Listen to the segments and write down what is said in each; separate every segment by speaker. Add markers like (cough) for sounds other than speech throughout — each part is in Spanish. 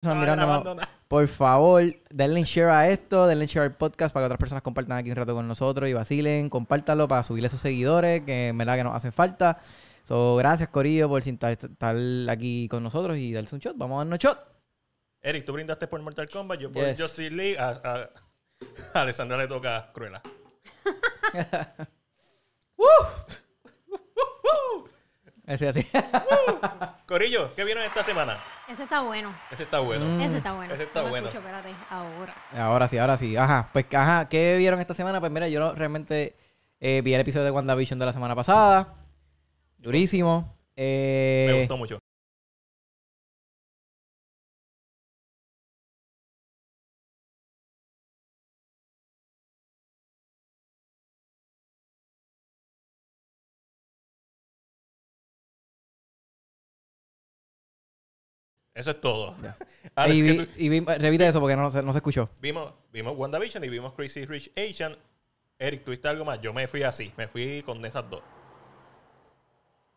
Speaker 1: personas
Speaker 2: Estaban
Speaker 1: mirándonos.
Speaker 2: grabando nada.
Speaker 1: Por favor, denle share a esto, denle share al podcast para que otras personas compartan aquí un rato con nosotros y vacilen, compártalo para subirle a sus seguidores, que en verdad que nos hacen falta. So, gracias, Corillo, por estar, estar aquí con nosotros y darse un shot. Vamos a darnos shot.
Speaker 2: Eric, tú brindaste por Mortal Kombat, yo por
Speaker 1: Yes.
Speaker 2: Justice League. A, (laughs) a- a Alessandra le toca Cruella.
Speaker 1: Así, así. (laughs)
Speaker 2: Corillo, ¿qué vieron esta semana?
Speaker 3: Ese está bueno.
Speaker 2: Ese está
Speaker 1: Mm,
Speaker 2: bueno.
Speaker 3: Ese está bueno.
Speaker 2: Ese está
Speaker 3: No me
Speaker 2: bueno.
Speaker 3: escucho, espérate, ahora.
Speaker 1: Ahora sí, ahora sí. Ajá, pues ajá, ¿qué vieron esta semana? Pues mira, yo no- realmente eh, vi el episodio de WandaVision de la semana pasada. Durísimo. Eh,
Speaker 2: Me gustó mucho. Eso es todo.
Speaker 1: Ya.
Speaker 2: (laughs) Alex,
Speaker 1: y
Speaker 2: ¿qué
Speaker 1: vi-
Speaker 2: Ah, tú-
Speaker 1: y vi- repite eso porque no, se- no se escuchó.
Speaker 2: vimos, vimos WandaVision y vimos Crazy Rich Asian. Eric, ¿tuviste algo más? Yo me fui así, me fui con esas dos.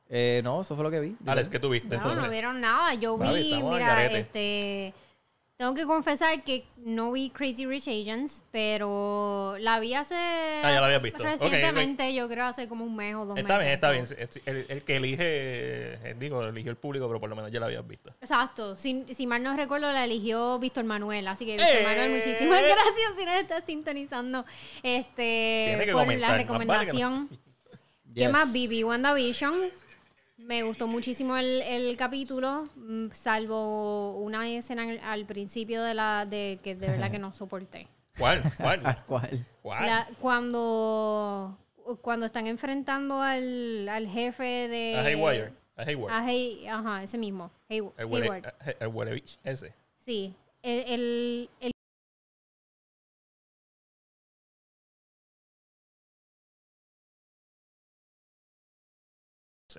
Speaker 1: Eh, no, eso fue lo que vi.
Speaker 2: Alex, ¿qué tuviste?
Speaker 3: No, no
Speaker 2: entonces?
Speaker 3: vieron nada. Yo
Speaker 2: Vale,
Speaker 3: vi,
Speaker 2: estamos al
Speaker 3: mira,
Speaker 2: garete.
Speaker 3: este. Tengo que confesar que no vi Crazy Rich Agents, pero la vi hace.
Speaker 2: Ah, ya la habías visto. Ok,
Speaker 3: Recientemente, yo creo hace como un mes o dos
Speaker 2: Está bien,
Speaker 3: meses.
Speaker 2: está bien.
Speaker 3: ¿no?
Speaker 2: El, el que elige, eh, digo, eligió el público, pero por lo menos ya la habías visto.
Speaker 3: Exacto. Si, si mal no recuerdo, la eligió Víctor Manuel. Así que, Víctor
Speaker 2: ¡Eh!
Speaker 3: Manuel, muchísimas (laughs) gracias si nos estás sintonizando este,
Speaker 2: Tiene que
Speaker 3: por
Speaker 2: comentar,
Speaker 3: la
Speaker 2: más vale que no. (laughs)
Speaker 3: recomendación. ¿Qué
Speaker 1: Yes.
Speaker 3: más vi? Vi WandaVision. Me gustó muchísimo el, el capítulo, mm, salvo una escena al, al principio de la de que de verdad que no
Speaker 2: (laughs)
Speaker 3: soporté.
Speaker 2: ¿Cuál? ¿Cuál?
Speaker 1: (laughs) Ah, ¿cuál?
Speaker 2: ¿Cuál?
Speaker 3: La- cuando cuando están enfrentando al, al jefe de
Speaker 2: a Haywire. eh, A
Speaker 3: eh, a
Speaker 2: Haywire.
Speaker 3: Hay- ajá, ese mismo. Hay-
Speaker 2: El huele-
Speaker 3: Hayward.
Speaker 2: a- a- el huelevich, ese.
Speaker 3: Sí, el, el- el-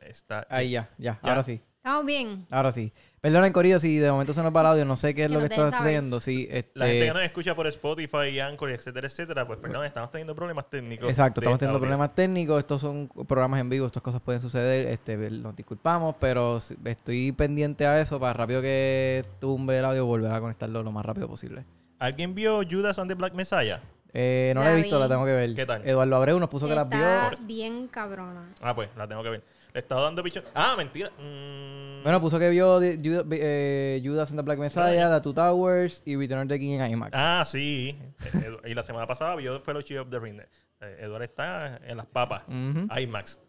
Speaker 2: Está.
Speaker 1: Ahí ya, ya,
Speaker 2: Ya.
Speaker 1: ahora sí.
Speaker 3: estamos bien.
Speaker 1: Ahora sí. Perdonen, Corillo, si de momento se nos va el audio, no sé qué es
Speaker 3: Que
Speaker 1: lo que
Speaker 3: nos
Speaker 1: está
Speaker 3: dejen saber.
Speaker 1: haciendo. Sí, este,
Speaker 2: La gente que nos escucha por Spotify, Anchor, etcétera, etcétera, pues perdón, estamos teniendo problemas técnicos.
Speaker 1: Exacto,
Speaker 2: de
Speaker 1: estamos teniendo
Speaker 2: audio.
Speaker 1: problemas técnicos, estos son programas en vivo, estas cosas pueden suceder, este, nos disculpamos, pero s- estoy pendiente a eso para rápido que tumbe el audio volver a conectarlo lo más rápido posible.
Speaker 2: ¿Alguien vio Judas and the Black Messiah?
Speaker 1: Eh, no la, he
Speaker 3: La
Speaker 1: visto,
Speaker 3: vi.
Speaker 1: la tengo que ver.
Speaker 2: ¿Qué tal?
Speaker 1: Eduardo Abreu nos puso que las
Speaker 3: Está
Speaker 1: vio.
Speaker 3: bien cabrona.
Speaker 2: Ah, pues, la tengo que ver. Le estaba dando pichón. Ah, mentira. Mm,
Speaker 1: Bueno, puso que vio de- Judas, eh, Judas and the Black Messiah, The Two Towers y Return of the King en IMAX.
Speaker 2: Ah, sí. Eh, Edu- y la semana pasada vio Fellowship of the Ring. Eh, Eduardo está en las papas.
Speaker 1: Ujú.
Speaker 2: IMAX.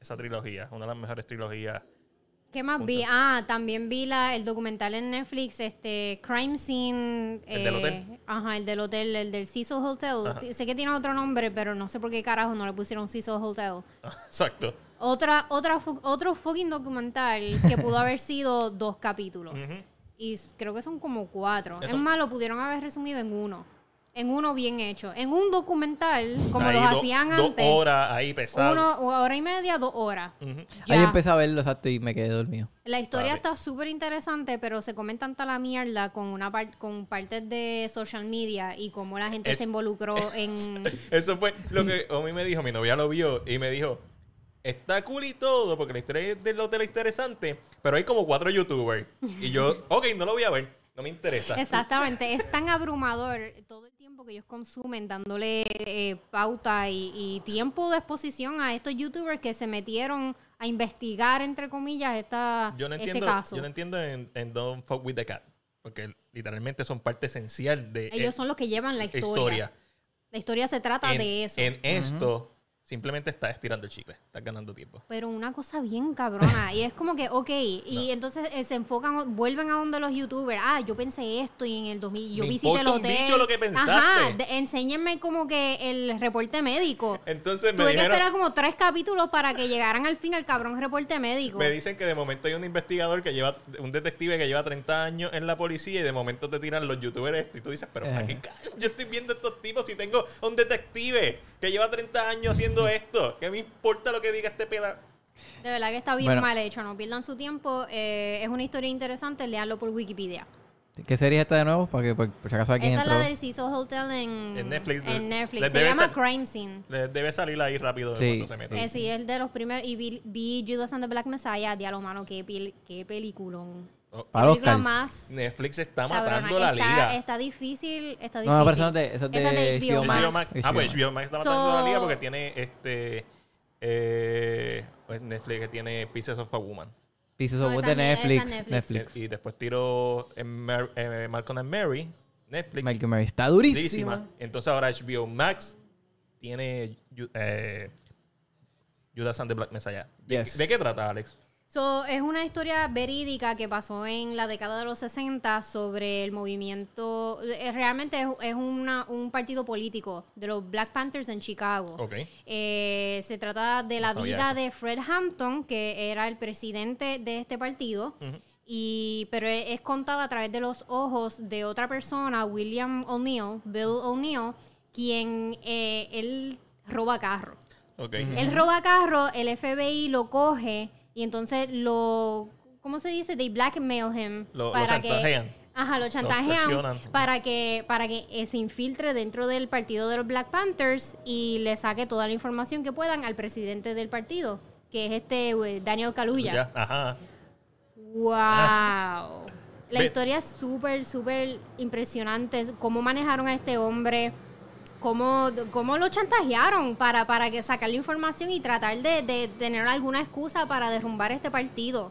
Speaker 2: Esa trilogía, una de las mejores trilogías. (laughs)
Speaker 3: ¿Qué más vi? Ah, también vi la, el documental en Netflix, este Crime Scene. eh,
Speaker 2: ¿El del hotel?
Speaker 3: Ajá, el del hotel, el del Cecil Hotel.
Speaker 2: Ajá.
Speaker 3: T- Sé que tiene otro nombre, pero no sé por qué carajo no le pusieron Cecil Hotel.
Speaker 2: Exacto.
Speaker 3: Otra, otra, fu- otro fucking documental que
Speaker 2: (laughs)
Speaker 3: pudo haber sido dos capítulos.
Speaker 2: Ujú.
Speaker 3: Y s- creo que son como cuatro.
Speaker 2: Mm. Eso-
Speaker 3: Es más, lo pudieron haber resumido en uno. En uno bien hecho. En un documental, como
Speaker 2: Ahí
Speaker 3: los
Speaker 2: do-
Speaker 3: hacían
Speaker 2: dos
Speaker 3: antes.
Speaker 2: horas ahí pesado.
Speaker 3: Uno, hora y media, dos horas.
Speaker 2: Ujú.
Speaker 3: Ya.
Speaker 1: Ahí empecé a verlo, exacto, y me quedé dormido.
Speaker 3: La historia
Speaker 2: Vale.
Speaker 3: está súper interesante, pero se comen tanta la mierda con una par- con partes de social media y cómo la gente
Speaker 2: Es- (laughs)
Speaker 3: se involucró en
Speaker 2: Eso fue lo que Omi me dijo, mi novia lo vio y me dijo, está cool y todo, porque la historia del hotel es interesante, pero hay como cuatro youtubers. Y yo, ok, no lo voy a ver, no me interesa.
Speaker 3: Exactamente, es tan abrumador todo el tiempo que ellos consumen dándole eh, pauta y, y tiempo de exposición a estos youtubers que se metieron a investigar, entre comillas, esta,
Speaker 2: Yo no
Speaker 3: este
Speaker 2: entiendo,
Speaker 3: caso.
Speaker 2: yo no entiendo en, en Don't Fuck With The Cat, porque literalmente son parte esencial de
Speaker 3: ellos son los que llevan la
Speaker 2: eh,
Speaker 3: historia. La historia se trata
Speaker 2: En,
Speaker 3: de eso.
Speaker 2: en esto, simplemente estás estirando el chicle, estás ganando tiempo.
Speaker 3: Pero una cosa
Speaker 2: (laughs)
Speaker 3: bien cabrona. Y es como que, ok, y entonces eh, se enfocan, vuelven a donde los youtubers. Ah, yo pensé esto y en el 2000 yo
Speaker 2: Me
Speaker 3: visité el
Speaker 2: importa un
Speaker 3: hotel.
Speaker 2: bicho lo que pensaste.
Speaker 3: Ajá, de- enséñenme como que el reporte médico.
Speaker 2: Entonces (laughs) me
Speaker 3: Tuve que
Speaker 2: dijeron-
Speaker 3: esperar como tres capítulos para que llegaran al fin al cabrón reporte médico.
Speaker 2: Me dicen que de momento hay un investigador que lleva, un detective que lleva 30 años en la policía y de momento te tiran los youtubers esto y tú dices, pero ¿para qué carajo yo estoy viendo estos tipos si tengo a un detective que lleva 30 años haciendo esto? ¿Qué me importa lo que diga este peda?
Speaker 3: De verdad que está bien
Speaker 1: Bueno.
Speaker 3: mal hecho, no pierdan su tiempo. Eh, es una historia interesante, leanlo por Wikipedia.
Speaker 1: ¿Qué serie es esta de nuevo? Para que, por, por si acaso alguien
Speaker 3: Esa es
Speaker 1: entró.
Speaker 3: la del Cecil Hotel en,
Speaker 2: En Netflix.
Speaker 3: en Netflix.
Speaker 2: Les
Speaker 3: Se
Speaker 2: debe
Speaker 3: llama
Speaker 2: ser-
Speaker 3: Crime Scene.
Speaker 2: Le- Debe salir ahí rápido
Speaker 1: Sí.
Speaker 2: cuando se meta.
Speaker 3: Eh, sí, es de los primeros. Y vi, vi Judas and the Black Messiah, diablo, mano, qué, pel- qué peliculón.
Speaker 2: Oh,
Speaker 3: La
Speaker 1: Para
Speaker 3: película
Speaker 1: Oscar.
Speaker 3: más
Speaker 2: Netflix está
Speaker 3: cabrona.
Speaker 2: matando la
Speaker 3: está,
Speaker 2: liga.
Speaker 3: está difícil, está difícil.
Speaker 4: No, pero eso es de, eso es de,
Speaker 3: Esa es de HBO
Speaker 4: HBO Max.
Speaker 2: HBO Max. Ah, pues HBO Max está matando
Speaker 3: So-
Speaker 2: la liga porque tiene este. Eh, pues Netflix que tiene Pieces of a Woman. Eh,
Speaker 1: Pieces
Speaker 3: No,
Speaker 1: of Wood
Speaker 3: esa
Speaker 1: de
Speaker 3: ni- esa
Speaker 1: Netflix.
Speaker 3: Netflix.
Speaker 1: Netflix.
Speaker 2: Y después tiró en Mar- eh, Malcolm and Mary, Netflix.
Speaker 1: Malcolm Mary está
Speaker 2: durísima.
Speaker 1: durísima.
Speaker 2: Entonces ahora HBO Max tiene Ju- eh, Judas and the Black Messiah. ¿De,
Speaker 1: Yes.
Speaker 2: de qué trata, Alex?
Speaker 3: So, es una historia verídica que pasó en la década de los 60 sobre el movimiento. eh, Realmente es, es una- un partido político de los Black Panthers en Chicago.
Speaker 2: Ok.
Speaker 3: Eh, se trata de la
Speaker 2: No sabía
Speaker 3: vida
Speaker 2: eso.
Speaker 3: de Fred Hampton, que era el presidente de este partido. Y, pero e- es contada a través de los ojos de otra persona, William O'Neill, Bill O'Neill, quien eh, él roba carro.
Speaker 2: Ok.
Speaker 3: Él roba carro, el FBI lo coge y entonces lo. ¿Cómo se dice? They blackmail him.
Speaker 2: Lo- lo chantajean.
Speaker 3: Ajá, lo chantajean
Speaker 2: presionan.
Speaker 3: para que, para que eh, se infiltre dentro del partido de los Black Panthers y le saque toda la información que puedan al presidente del partido, que es este eh, Daniel Kaluuya.
Speaker 2: Ya, Ajá.
Speaker 3: ¡Wow! La
Speaker 2: Ve-
Speaker 3: historia es súper, súper impresionante. Cómo manejaron a este hombre, cómo, cómo lo chantajearon para, para que sacar la información y tratar de, de tener alguna excusa para derrumbar este partido.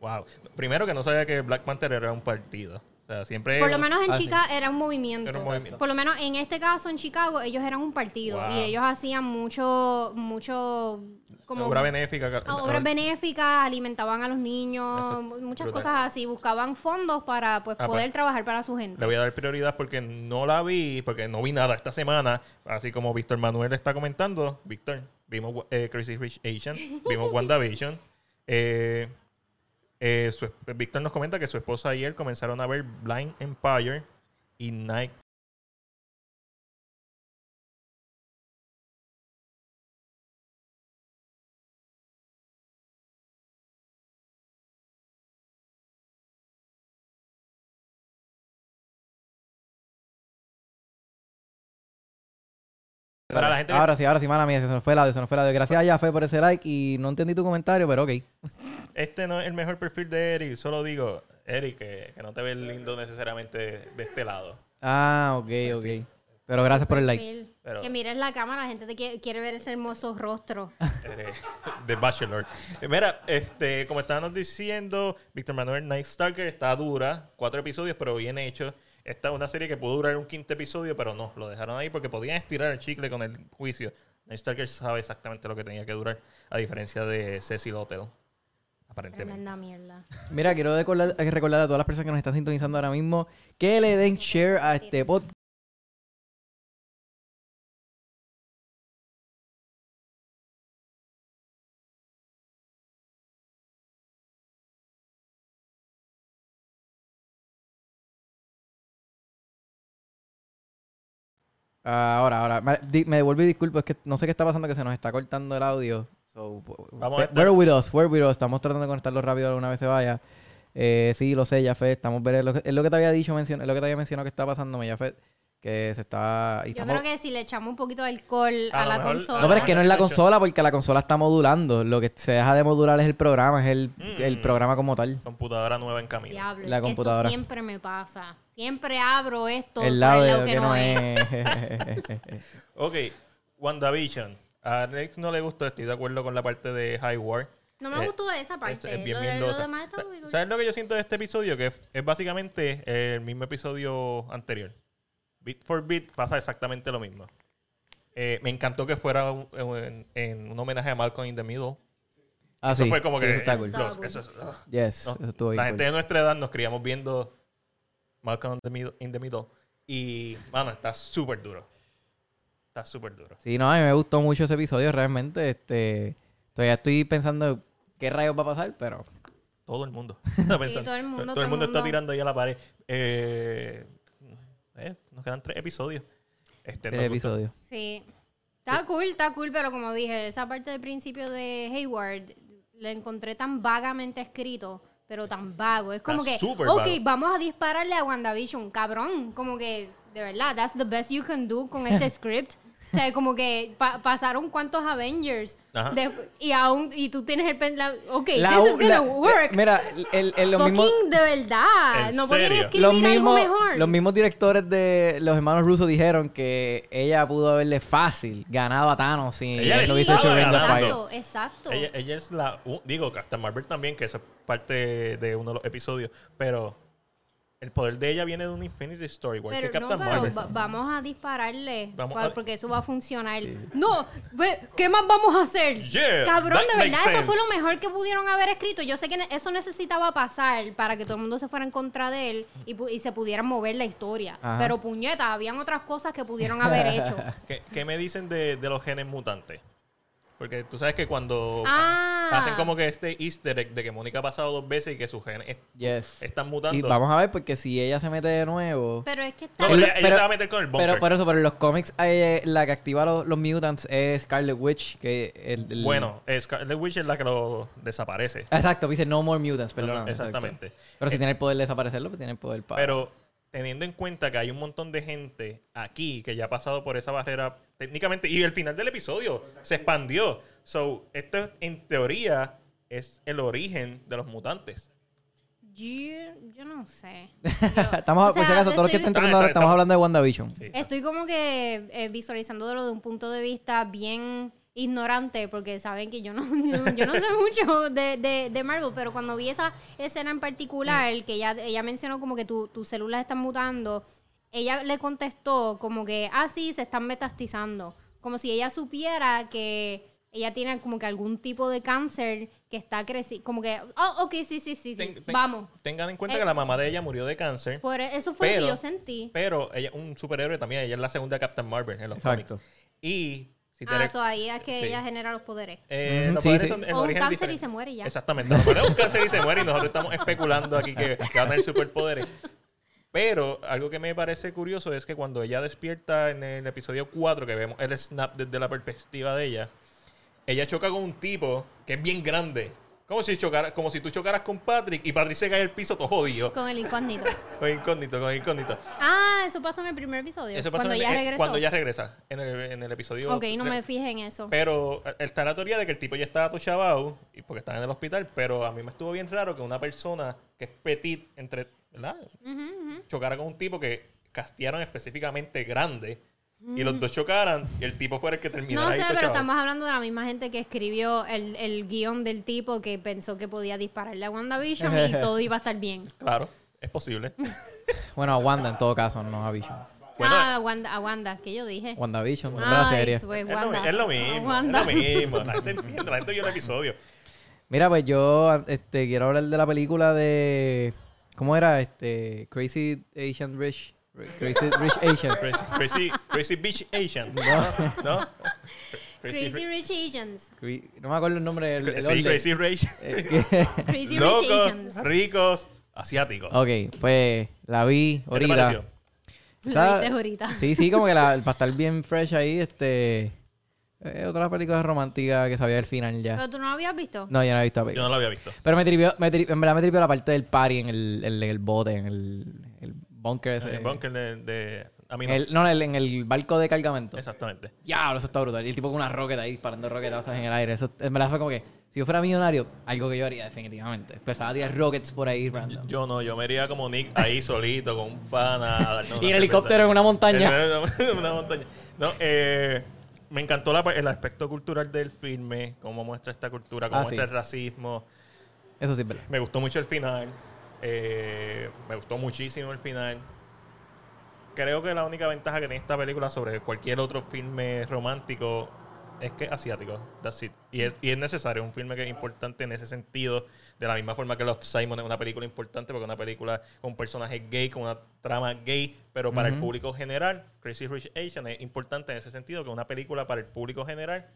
Speaker 2: Wow. Primero que no sabía que Black Panther era un partido. O sea, siempre.
Speaker 3: Por lo menos en
Speaker 1: ah, sí.
Speaker 3: Chicago era un movimiento.
Speaker 2: Eh, Era un movimiento.
Speaker 3: Por lo menos en este caso en Chicago ellos eran un partido
Speaker 2: Wow.
Speaker 3: y ellos hacían mucho, mucho como
Speaker 2: Ah, obra benéfica.
Speaker 3: a obras benéficas, alimentaban a los niños,
Speaker 2: Eso es
Speaker 3: mu- muchas
Speaker 2: brutal.
Speaker 3: cosas así, buscaban fondos para pues
Speaker 2: Ah,
Speaker 3: poder
Speaker 2: pues.
Speaker 3: trabajar para su gente.
Speaker 2: Le voy a dar prioridad porque no la vi, porque no vi nada esta semana. Así como Víctor Manuel está comentando, Víctor, vimos eh, Crazy Rich (laughs) Asian, vimos WandaVision. Eh, eh, su- Víctor nos comenta que su esposa y él comenzaron a ver Blind Empire y Night. Para la gente que-
Speaker 1: Ahora sí, ahora sí, mala mía, se nos fue el audio, se nos fue el audio. Gracias ya, Fe, por ese like y no entendí tu comentario, pero ok.
Speaker 2: Este no es el mejor perfil de Eric, solo digo, Eric, que, que no te ves lindo necesariamente de este lado.
Speaker 1: Ah,
Speaker 2: Pues
Speaker 1: ok, ok. Pero gracias por el like.
Speaker 3: Phil,
Speaker 2: Pero-
Speaker 3: Que mires la cámara, la gente te quiere, quiere ver ese hermoso
Speaker 1: (laughs)
Speaker 3: rostro.
Speaker 2: Eh, (laughs) The Bachelor. Eh, Mira, este, como estábamos diciendo, Víctor Manuel Night Stalker está dura, cuatro episodios, pero bien hecho. Esta es una serie que pudo durar un quinto episodio, pero no, lo dejaron ahí porque podían estirar el chicle con el juicio. Night Stalker sabe exactamente lo que tenía que durar, a diferencia de Cecil Hotel, aparentemente.
Speaker 3: Tremenda mierda.
Speaker 1: Mira, quiero recordar, recordar a todas las personas que nos están sintonizando ahora mismo que le den share a este podcast. Ahora, ahora, me, di- me devuelvo y disculpo, es que no sé qué está pasando, que se nos está cortando el audio. So,
Speaker 2: Vamos a estar-
Speaker 1: we're with us, we're with us. Estamos tratando de conectarlo rápido alguna vez se vaya. Eh, sí, lo sé, Jafet, estamos ver es lo, que, es lo que te había dicho, mencion- es lo que te había mencionado que está pasándome, Jafet, que se está... y
Speaker 3: Yo
Speaker 1: estamos-
Speaker 3: creo que si le echamos un poquito de alcohol
Speaker 2: A
Speaker 3: a,
Speaker 2: lo
Speaker 3: la
Speaker 2: mejor-
Speaker 3: consola.
Speaker 1: No, pero es que no es la
Speaker 2: Hecho.
Speaker 1: consola, porque la consola está modulando. Lo que se deja de modular es el programa, es el,
Speaker 2: Mm.
Speaker 1: el programa como tal.
Speaker 2: Computadora nueva en camino.
Speaker 1: la
Speaker 3: Diablo, es que esto
Speaker 1: computadora.
Speaker 3: siempre me pasa. Siempre abro esto
Speaker 1: el
Speaker 3: por
Speaker 1: lado
Speaker 3: el
Speaker 1: de
Speaker 3: lado
Speaker 1: lo que no es. (laughs)
Speaker 2: Ok, WandaVision. A Alex no le gustó, estoy de acuerdo con la parte de High War.
Speaker 3: No me
Speaker 2: Eh,
Speaker 3: gustó esa parte.
Speaker 2: Es- es bien
Speaker 3: lo, de- lo
Speaker 2: mierdosa.
Speaker 3: demás está
Speaker 2: Sa-
Speaker 3: muy
Speaker 2: ¿Sabes lo que yo siento de este episodio? Que es, es básicamente el mismo episodio anterior. Bit for bit pasa exactamente lo mismo. Eh, me encantó que fuera un- en, en un homenaje a Malcolm in the Middle.
Speaker 1: Ah,
Speaker 2: Eso
Speaker 1: sí.
Speaker 2: fue como
Speaker 1: sí,
Speaker 2: que.
Speaker 1: eso está cool.
Speaker 3: Estaba
Speaker 2: los-
Speaker 3: cool.
Speaker 2: eso es- ah,
Speaker 1: Yes,
Speaker 2: no.
Speaker 1: eso estuvo
Speaker 2: la
Speaker 1: bien.
Speaker 2: gente
Speaker 1: cool.
Speaker 2: de nuestra edad nos criamos viendo Malcolm in the Middle. in the Middle. y, mano, está súper duro. Está súper duro.
Speaker 1: Sí, no, a mí me gustó mucho ese episodio, realmente. Este, todavía estoy pensando qué rayos va a pasar, pero...
Speaker 2: Todo el
Speaker 3: (laughs)
Speaker 2: mundo. (laughs) Está pensando.
Speaker 3: todo el mundo,
Speaker 2: todo
Speaker 3: todo
Speaker 2: el
Speaker 3: el
Speaker 2: mundo está
Speaker 3: mundo.
Speaker 2: tirando ahí a la pared. Eh, eh, nos quedan tres episodios. Este,
Speaker 1: El
Speaker 2: nos gustó.
Speaker 1: episodio.
Speaker 3: Sí.
Speaker 2: Pues
Speaker 3: Está cool, está cool, pero como dije, esa parte del principio de Hayward la encontré tan vagamente escrito, pero tan vago. Es como
Speaker 2: Está
Speaker 3: que,
Speaker 2: súper
Speaker 3: ok,
Speaker 2: vago.
Speaker 3: vamos
Speaker 2: (laughs)
Speaker 3: a dispararle a WandaVision, cabrón. Como que, de verdad, that's the best you can do con este script. O sea, como que pa- pasaron cuántos Avengers.
Speaker 2: Ajá.
Speaker 3: de- y aún, y tú tienes el pen- la- ok,
Speaker 1: La
Speaker 3: this is
Speaker 1: u-
Speaker 3: gonna
Speaker 1: la-
Speaker 3: work.
Speaker 1: eh, Mira, el, el- los
Speaker 3: Fucking
Speaker 1: mismos,
Speaker 3: de verdad.
Speaker 2: ¿En
Speaker 3: No podían
Speaker 2: serio?
Speaker 3: escribir
Speaker 1: los,
Speaker 3: algo
Speaker 1: mismos,
Speaker 3: mejor.
Speaker 1: los mismos directores de los hermanos rusos dijeron que ella pudo haberle fácil ganado a Thanos si
Speaker 2: Ella le
Speaker 1: no hubiese hecho
Speaker 2: estaba
Speaker 1: Ring of Fire.
Speaker 2: ganando.
Speaker 3: Exacto, exacto.
Speaker 2: Ella, ella es la. u- digo, Captain Marvel también, que eso es parte de uno de los episodios. Pero el poder de ella viene de un Infinity Story, igual que
Speaker 3: Pero no,
Speaker 2: Captain
Speaker 3: pero
Speaker 2: Marvel.
Speaker 3: va- vamos a dispararle
Speaker 2: Vamos
Speaker 3: pa-
Speaker 2: a-
Speaker 3: porque eso va a funcionar. No, ve, ¿qué más vamos a hacer?
Speaker 2: Yeah,
Speaker 3: Cabrón,
Speaker 2: that
Speaker 3: de
Speaker 2: makes
Speaker 3: verdad, eso
Speaker 2: sense.
Speaker 3: fue lo mejor que pudieron haber escrito. Yo sé que ne- eso necesitaba pasar para que todo el mundo se fuera en contra de él y, pu- y se pudiera mover la historia.
Speaker 1: Ajá.
Speaker 3: Pero puñeta, habían otras cosas que pudieron
Speaker 1: (laughs)
Speaker 3: haber hecho.
Speaker 2: ¿Qué, qué me dicen de, de los genes mutantes? Porque tú sabes que cuando
Speaker 3: Ah.
Speaker 2: hacen como que este easter egg de que Mónica ha pasado dos veces y que sus genes est-
Speaker 1: Yes.
Speaker 2: están
Speaker 1: Y
Speaker 2: mutando.
Speaker 1: vamos a ver, porque si ella se mete de nuevo.
Speaker 3: Pero es que está
Speaker 2: No, pero
Speaker 1: Pero-
Speaker 2: ella, ella
Speaker 1: pero-
Speaker 2: se va a meter con el bunker.
Speaker 1: Pero por eso, pero en los cómics eh, la que activa los, los mutants es Scarlet Witch, que el, el-
Speaker 2: Bueno, eh, Scarlet Witch es la que lo desaparece.
Speaker 1: Exacto, dice no more mutants, perdón.
Speaker 2: No, no, exactamente. Eh,
Speaker 1: Pero si tiene el poder de desaparecerlo, pues tiene el poder para.
Speaker 2: Pero teniendo en cuenta que hay un montón de gente aquí que ya ha pasado por esa barrera técnicamente y el final del episodio se expandió. So, esto en teoría es el origen de los mutantes.
Speaker 3: Yo, yo no sé.
Speaker 1: (laughs) estamos,
Speaker 3: O sea,
Speaker 1: por si acaso, todos los que
Speaker 3: estoy-
Speaker 1: están entrando ahora estamos
Speaker 2: Está- está- está-
Speaker 1: hablando de WandaVision.
Speaker 2: Sí.
Speaker 3: Estoy como que eh, visualizándolo de un punto de vista bien ignorante, porque saben que yo no, (laughs) no- yo no sé mucho de, de- de Marvel, pero cuando vi esa escena en particular, que ella, ella mencionó como que tu- tus células están mutando, ella le contestó como que, ah, sí, se están metastizando. Como si ella supiera que ella tiene como que algún tipo de cáncer que está creciendo. Como que, oh, ok, sí, sí, sí, sí,
Speaker 2: Ten- ten-
Speaker 3: vamos.
Speaker 2: Tengan en cuenta
Speaker 3: Eh.
Speaker 2: que la mamá de ella murió de cáncer,
Speaker 3: Por e, eso fue lo
Speaker 2: Pero-
Speaker 3: que yo sentí.
Speaker 2: pero ella un superhéroe también. Ella es la segunda Captain Marvel en los
Speaker 1: Exacto.
Speaker 2: cómics. Y si te
Speaker 3: Ah,
Speaker 2: re-
Speaker 3: eso ahí es que
Speaker 2: Sí.
Speaker 3: ella genera los poderes.
Speaker 2: Eh,
Speaker 1: Ujú,
Speaker 2: los
Speaker 1: sí,
Speaker 2: poderes
Speaker 1: sí.
Speaker 2: son el
Speaker 3: O un
Speaker 2: origen
Speaker 3: cáncer
Speaker 2: diferente.
Speaker 3: y se muere y ya.
Speaker 2: Exactamente. Los poderes un cáncer y se muere y nosotros estamos especulando aquí que que va a tener superpoderes. Pero algo que me parece curioso es que cuando ella despierta en el episodio 4, que vemos el snap desde la perspectiva de ella, ella choca con un tipo que es bien grande. Como si, chocara, como si tú chocaras con Patrick y Patrick se cae al piso todo jodido.
Speaker 3: Con
Speaker 2: (laughs)
Speaker 3: el incógnito.
Speaker 2: Con incógnito, con incógnito.
Speaker 3: Ah, eso pasó en el primer episodio.
Speaker 2: Eso pasa
Speaker 3: cuando
Speaker 2: en el-
Speaker 3: ya
Speaker 2: eh,
Speaker 3: regresó.
Speaker 2: cuando ella regresa, en el, en el episodio
Speaker 3: ok, no
Speaker 2: tre-
Speaker 3: me fijé en eso.
Speaker 2: Pero eh, está la teoría de que el tipo ya estaba atochabado y porque estaba en el hospital, pero a mí me estuvo bien raro que una persona que es petit entre, ¿verdad?
Speaker 3: Ujú, ujú.
Speaker 2: chocara con un tipo que castearon específicamente grande y los dos chocaran y el tipo fuera el que terminara
Speaker 3: Mm. No
Speaker 2: ahí
Speaker 3: sé, pero
Speaker 2: atochado.
Speaker 3: estamos hablando de la misma gente que escribió el, el guión del tipo que pensó que podía dispararle a WandaVision y todo iba a estar bien.
Speaker 2: Claro, es
Speaker 3: (laughs)
Speaker 2: posible.
Speaker 1: Bueno, a Wanda en todo caso, no a Vision.
Speaker 2: (laughs) Bueno, eh.
Speaker 3: ah, a Wanda, a Wanda, que yo dije.
Speaker 1: WandaVision, no la
Speaker 3: Ah,
Speaker 1: serie.
Speaker 2: es, lo, mi- es lo mismo, es lo mismo. La
Speaker 3: (laughs)
Speaker 2: gente entiende, la gente vio el episodio.
Speaker 1: Mira, pues yo este, quiero hablar de la película de. ¿Cómo era? Este. Crazy Asian Rich. Crazy Rich Asian.
Speaker 3: (laughs)
Speaker 2: Crazy, crazy, crazy Beach Asian. ¿No? ¿No?
Speaker 3: (laughs)
Speaker 2: Crazy,
Speaker 3: Crazy
Speaker 2: (laughs)
Speaker 3: Rich Asians.
Speaker 1: Cri- No me acuerdo el nombre del.
Speaker 2: Cra-
Speaker 1: el
Speaker 2: sí,
Speaker 1: orden.
Speaker 2: Crazy Rage.
Speaker 1: Eh, que-
Speaker 3: Crazy Rich Asians.
Speaker 1: (laughs)
Speaker 2: locos, ricos, asiáticos.
Speaker 1: ok, pues la vi
Speaker 2: ¿Qué te
Speaker 1: ahorita.
Speaker 2: pareció?
Speaker 1: Está-
Speaker 3: Lo viste ahorita.
Speaker 1: Sí, sí, como que la, para estar bien fresh ahí, este. eh, otra película romántica que sabía el final ya.
Speaker 3: Pero tú no lo habías visto.
Speaker 1: No, ya no he visto la película.
Speaker 2: Yo no lo había visto.
Speaker 1: Pero me tripió, me tri- en verdad me tripió la parte del party en el, en el bote, en el, el bunker ese.
Speaker 2: El bunker de, de- A mí
Speaker 1: En
Speaker 2: no.
Speaker 1: el- no, en el, en el barco de cargamento.
Speaker 2: Exactamente.
Speaker 1: Diablo, eso está brutal. Y el tipo con una roqueta ahí disparando roquetazos en el aire. Eso en verdad fue como que, si yo fuera millonario, algo que yo haría definitivamente. Empezaba a tirar rockets por ahí random.
Speaker 2: Yo no, yo me iría como Nick ahí solito con un pana. a darnos una
Speaker 1: y en
Speaker 2: cerveza.
Speaker 1: helicóptero en una montaña.
Speaker 2: (laughs) En una montaña. No, eh, me encantó la pa- el aspecto cultural del filme, cómo muestra esta cultura, cómo
Speaker 1: Ah, sí.
Speaker 2: muestra el racismo.
Speaker 1: Eso sí, es verdad.
Speaker 2: Me gustó mucho el final. eh, me gustó muchísimo el final. Creo que la única ventaja que tiene esta película sobre cualquier otro filme romántico es que es asiático. That's it. Y es, y es necesario, un filme que es importante en ese sentido. De la misma forma que Los Simon es una película importante, porque es una película con personajes gay, con una trama gay, pero para el público general, Crazy Rich Asian es importante en ese sentido, que es una película para el público general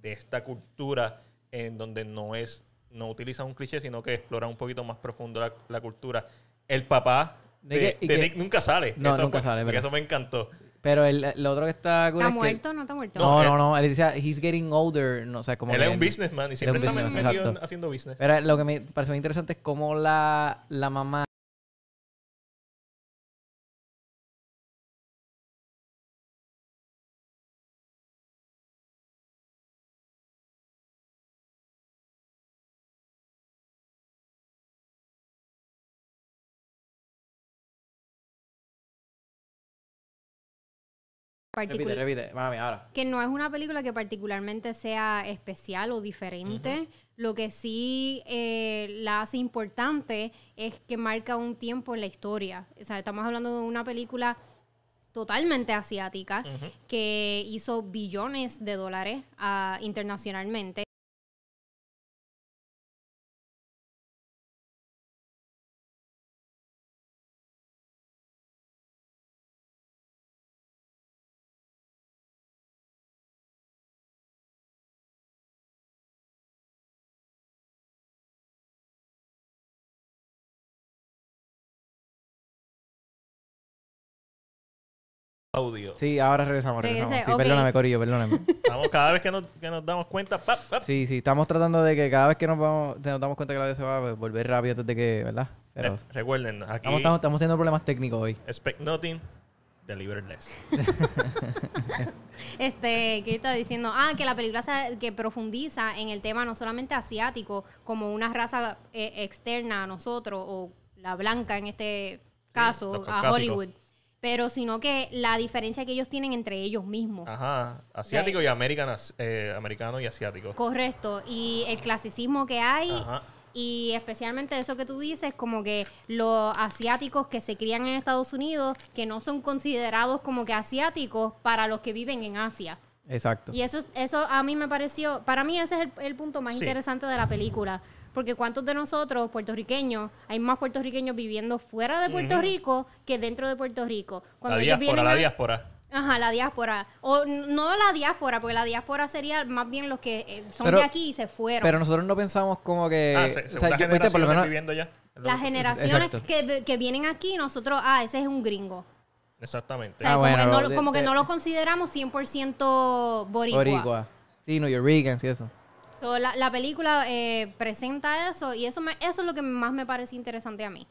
Speaker 2: de esta cultura en donde no es no utiliza un cliché sino que explora un poquito más profundo la, la cultura el papá
Speaker 1: ¿De
Speaker 2: de,
Speaker 1: qué? ¿Y
Speaker 2: de
Speaker 1: qué?
Speaker 2: Nick nunca sale
Speaker 1: No,
Speaker 2: Eso
Speaker 1: nunca
Speaker 2: fue-
Speaker 1: sale,
Speaker 2: y
Speaker 1: ¿verdad?
Speaker 2: eso me encantó
Speaker 1: Pero el, el otro que está cool es
Speaker 3: ¿Está
Speaker 1: que-
Speaker 3: muerto? ¿No está muerto?
Speaker 1: No,
Speaker 2: No,
Speaker 1: no,
Speaker 2: él-
Speaker 1: no. Él decía, he's getting older. No, o sea, como
Speaker 2: él
Speaker 1: que
Speaker 2: es un businessman y siempre
Speaker 1: un
Speaker 2: está
Speaker 1: businessman,
Speaker 2: metido en-
Speaker 1: exacto.
Speaker 2: haciendo business
Speaker 1: Pero lo que me pareció muy interesante es cómo la, la mamá. Repite,
Speaker 3: particular-
Speaker 1: repite. Mami, ahora.
Speaker 3: que no es una película que particularmente sea especial o diferente. Lo que sí eh, la hace importante es que marca un tiempo en la historia. O sea, estamos hablando de una película totalmente asiática
Speaker 2: Ujú.
Speaker 3: que hizo billones de dólares ah, internacionalmente.
Speaker 2: Audio.
Speaker 1: Sí, ahora regresamos, regresamos.
Speaker 3: Regrese,
Speaker 1: Sí,
Speaker 3: ok.
Speaker 1: perdóname, Corillo, perdóname.
Speaker 2: Vamos, cada vez que nos, que nos damos cuenta, pap, pap.
Speaker 1: Sí, sí, estamos tratando de que cada vez que nos vamos, nos damos cuenta que la audio se va, pues, volver rápido antes de que, ¿verdad? Pero
Speaker 2: Re- Eh, recuerden, aquí
Speaker 1: estamos, estamos, estamos teniendo problemas técnicos hoy.
Speaker 2: expect nothing, deliver less.
Speaker 3: Este, que estaba diciendo, ah, que la película se- que profundiza en el tema no solamente asiático, como una raza eh, externa a nosotros, o la blanca en este caso,
Speaker 2: los
Speaker 3: a
Speaker 2: caucásicos.
Speaker 3: Hollywood, pero sino que la diferencia que ellos tienen entre ellos mismos.
Speaker 2: Ajá, asiático y americano, americano y asiático.
Speaker 3: Correcto, y el clasicismo que hay,
Speaker 2: Ajá.
Speaker 3: y especialmente eso que tú dices, como que los asiáticos que se crían en Estados Unidos, que no son considerados como que asiáticos para los que viven en Asia.
Speaker 1: Exacto.
Speaker 3: Y eso, eso a mí me pareció, para mí ese es el, el punto más
Speaker 2: Sí.
Speaker 3: interesante de la película. Porque cuántos de nosotros, puertorriqueños, hay más puertorriqueños viviendo fuera de Puerto Rico que dentro de Puerto Rico.
Speaker 2: La diáspora,
Speaker 3: a-
Speaker 2: la diáspora.
Speaker 3: Ajá, la diáspora. O n- no la diáspora, porque la diáspora sería más bien los que eh, son
Speaker 1: Pero-
Speaker 3: de aquí y se fueron.
Speaker 1: Pero nosotros no pensamos como que.
Speaker 2: ah, se- segunda
Speaker 1: Eh, o sea, yo- viste,
Speaker 2: generación
Speaker 1: por lo menos.
Speaker 2: viviendo ya.
Speaker 3: Las generaciones
Speaker 1: Exacto.
Speaker 3: que, que vienen aquí, nosotros, ah, ese es un gringo. O
Speaker 2: Exactamente.
Speaker 3: sea,
Speaker 1: Ah,
Speaker 3: como,
Speaker 1: bueno,
Speaker 3: que no,
Speaker 1: de-
Speaker 3: lo- como que
Speaker 1: de-
Speaker 3: no los consideramos 100% boricua.
Speaker 1: Boricua. Sí, New Yorkers y eso.
Speaker 3: So, la, la película eh, presenta eso y eso, me- eso es lo que más me pareció interesante a mí.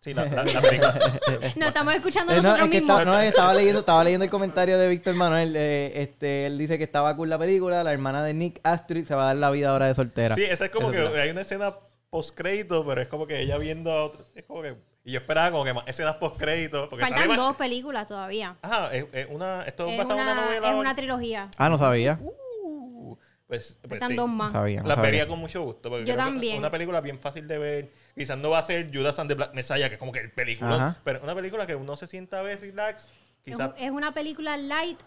Speaker 2: Sí, la, la- la película.
Speaker 3: (laughs) No, estamos escuchando
Speaker 1: Eh, no,
Speaker 3: nosotros
Speaker 1: es que
Speaker 3: mismos.
Speaker 1: estaba, no, estaba leyendo, estaba leyendo el comentario de Víctor Manuel. eh, este, él dice que estaba cool la película. La hermana de Nick Astrid se va a dar la vida ahora de soltera.
Speaker 2: Sí, esa es como
Speaker 1: Eso
Speaker 2: que
Speaker 1: es verdad.
Speaker 2: hay una escena post-crédito, pero es como que ella viendo a otro. Es como que. Y yo esperaba como que más escenas post-crédito. Porque
Speaker 3: Faltan
Speaker 2: sale más-
Speaker 3: dos películas todavía.
Speaker 2: Ajá, es, es una. Esto es
Speaker 3: Es
Speaker 2: basado en una
Speaker 3: una,
Speaker 2: novela.
Speaker 3: es una trilogía.
Speaker 1: Ah, no sabía.
Speaker 2: Uh, pues, pues
Speaker 3: Faltan
Speaker 2: sí.
Speaker 3: dos
Speaker 1: No
Speaker 3: más.
Speaker 1: sabía. no
Speaker 2: La
Speaker 1: sabía.
Speaker 2: vería con mucho gusto. Porque
Speaker 3: Yo
Speaker 2: creo que
Speaker 3: también.
Speaker 2: Una película bien fácil de ver. Quizás no va a ser Judas and the Black Messiah, que es como que el película.
Speaker 1: Ajá.
Speaker 2: Pero una película que uno se sienta a ver, relax.
Speaker 3: Es,
Speaker 2: Quizás.
Speaker 3: un- es una película light,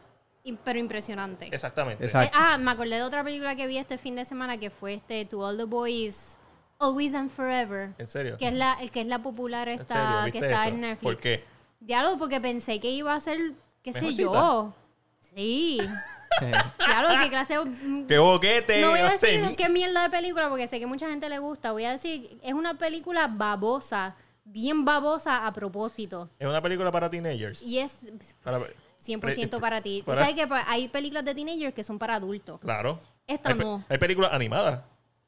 Speaker 3: y- pero impresionante.
Speaker 2: Exactamente.
Speaker 1: Exacto.
Speaker 3: (laughs) Eh, ah, me acordé de otra película que vi este fin de semana que fue este To All the Boys, Always and Forever.
Speaker 2: En serio.
Speaker 3: Que es la, el que es la popular
Speaker 2: ¿En
Speaker 3: esta
Speaker 2: serio?
Speaker 3: que
Speaker 2: ¿Viste
Speaker 3: está
Speaker 2: eso?
Speaker 3: en Netflix.
Speaker 2: ¿Por qué?
Speaker 3: Diálogo porque pensé que iba a ser, qué sé
Speaker 2: Mejorcita.
Speaker 3: yo. Sí.
Speaker 1: Eh,
Speaker 3: Diálogo, qué clase. No
Speaker 2: ¡Qué boquete!
Speaker 3: voy a
Speaker 2: Hostia,
Speaker 3: decir
Speaker 2: mi-
Speaker 3: qué mierda de película porque sé que mucha gente le gusta. Voy a decir, es una película babosa, bien babosa a propósito.
Speaker 2: Es una película para teenagers.
Speaker 3: Y es
Speaker 2: Para-
Speaker 3: 100% para ti.
Speaker 2: para-
Speaker 3: ¿Sabes que pa- hay películas de teenagers que son para adultos?
Speaker 2: Claro.
Speaker 3: Esta
Speaker 2: Hay, pe-
Speaker 3: no.
Speaker 2: hay películas animadas,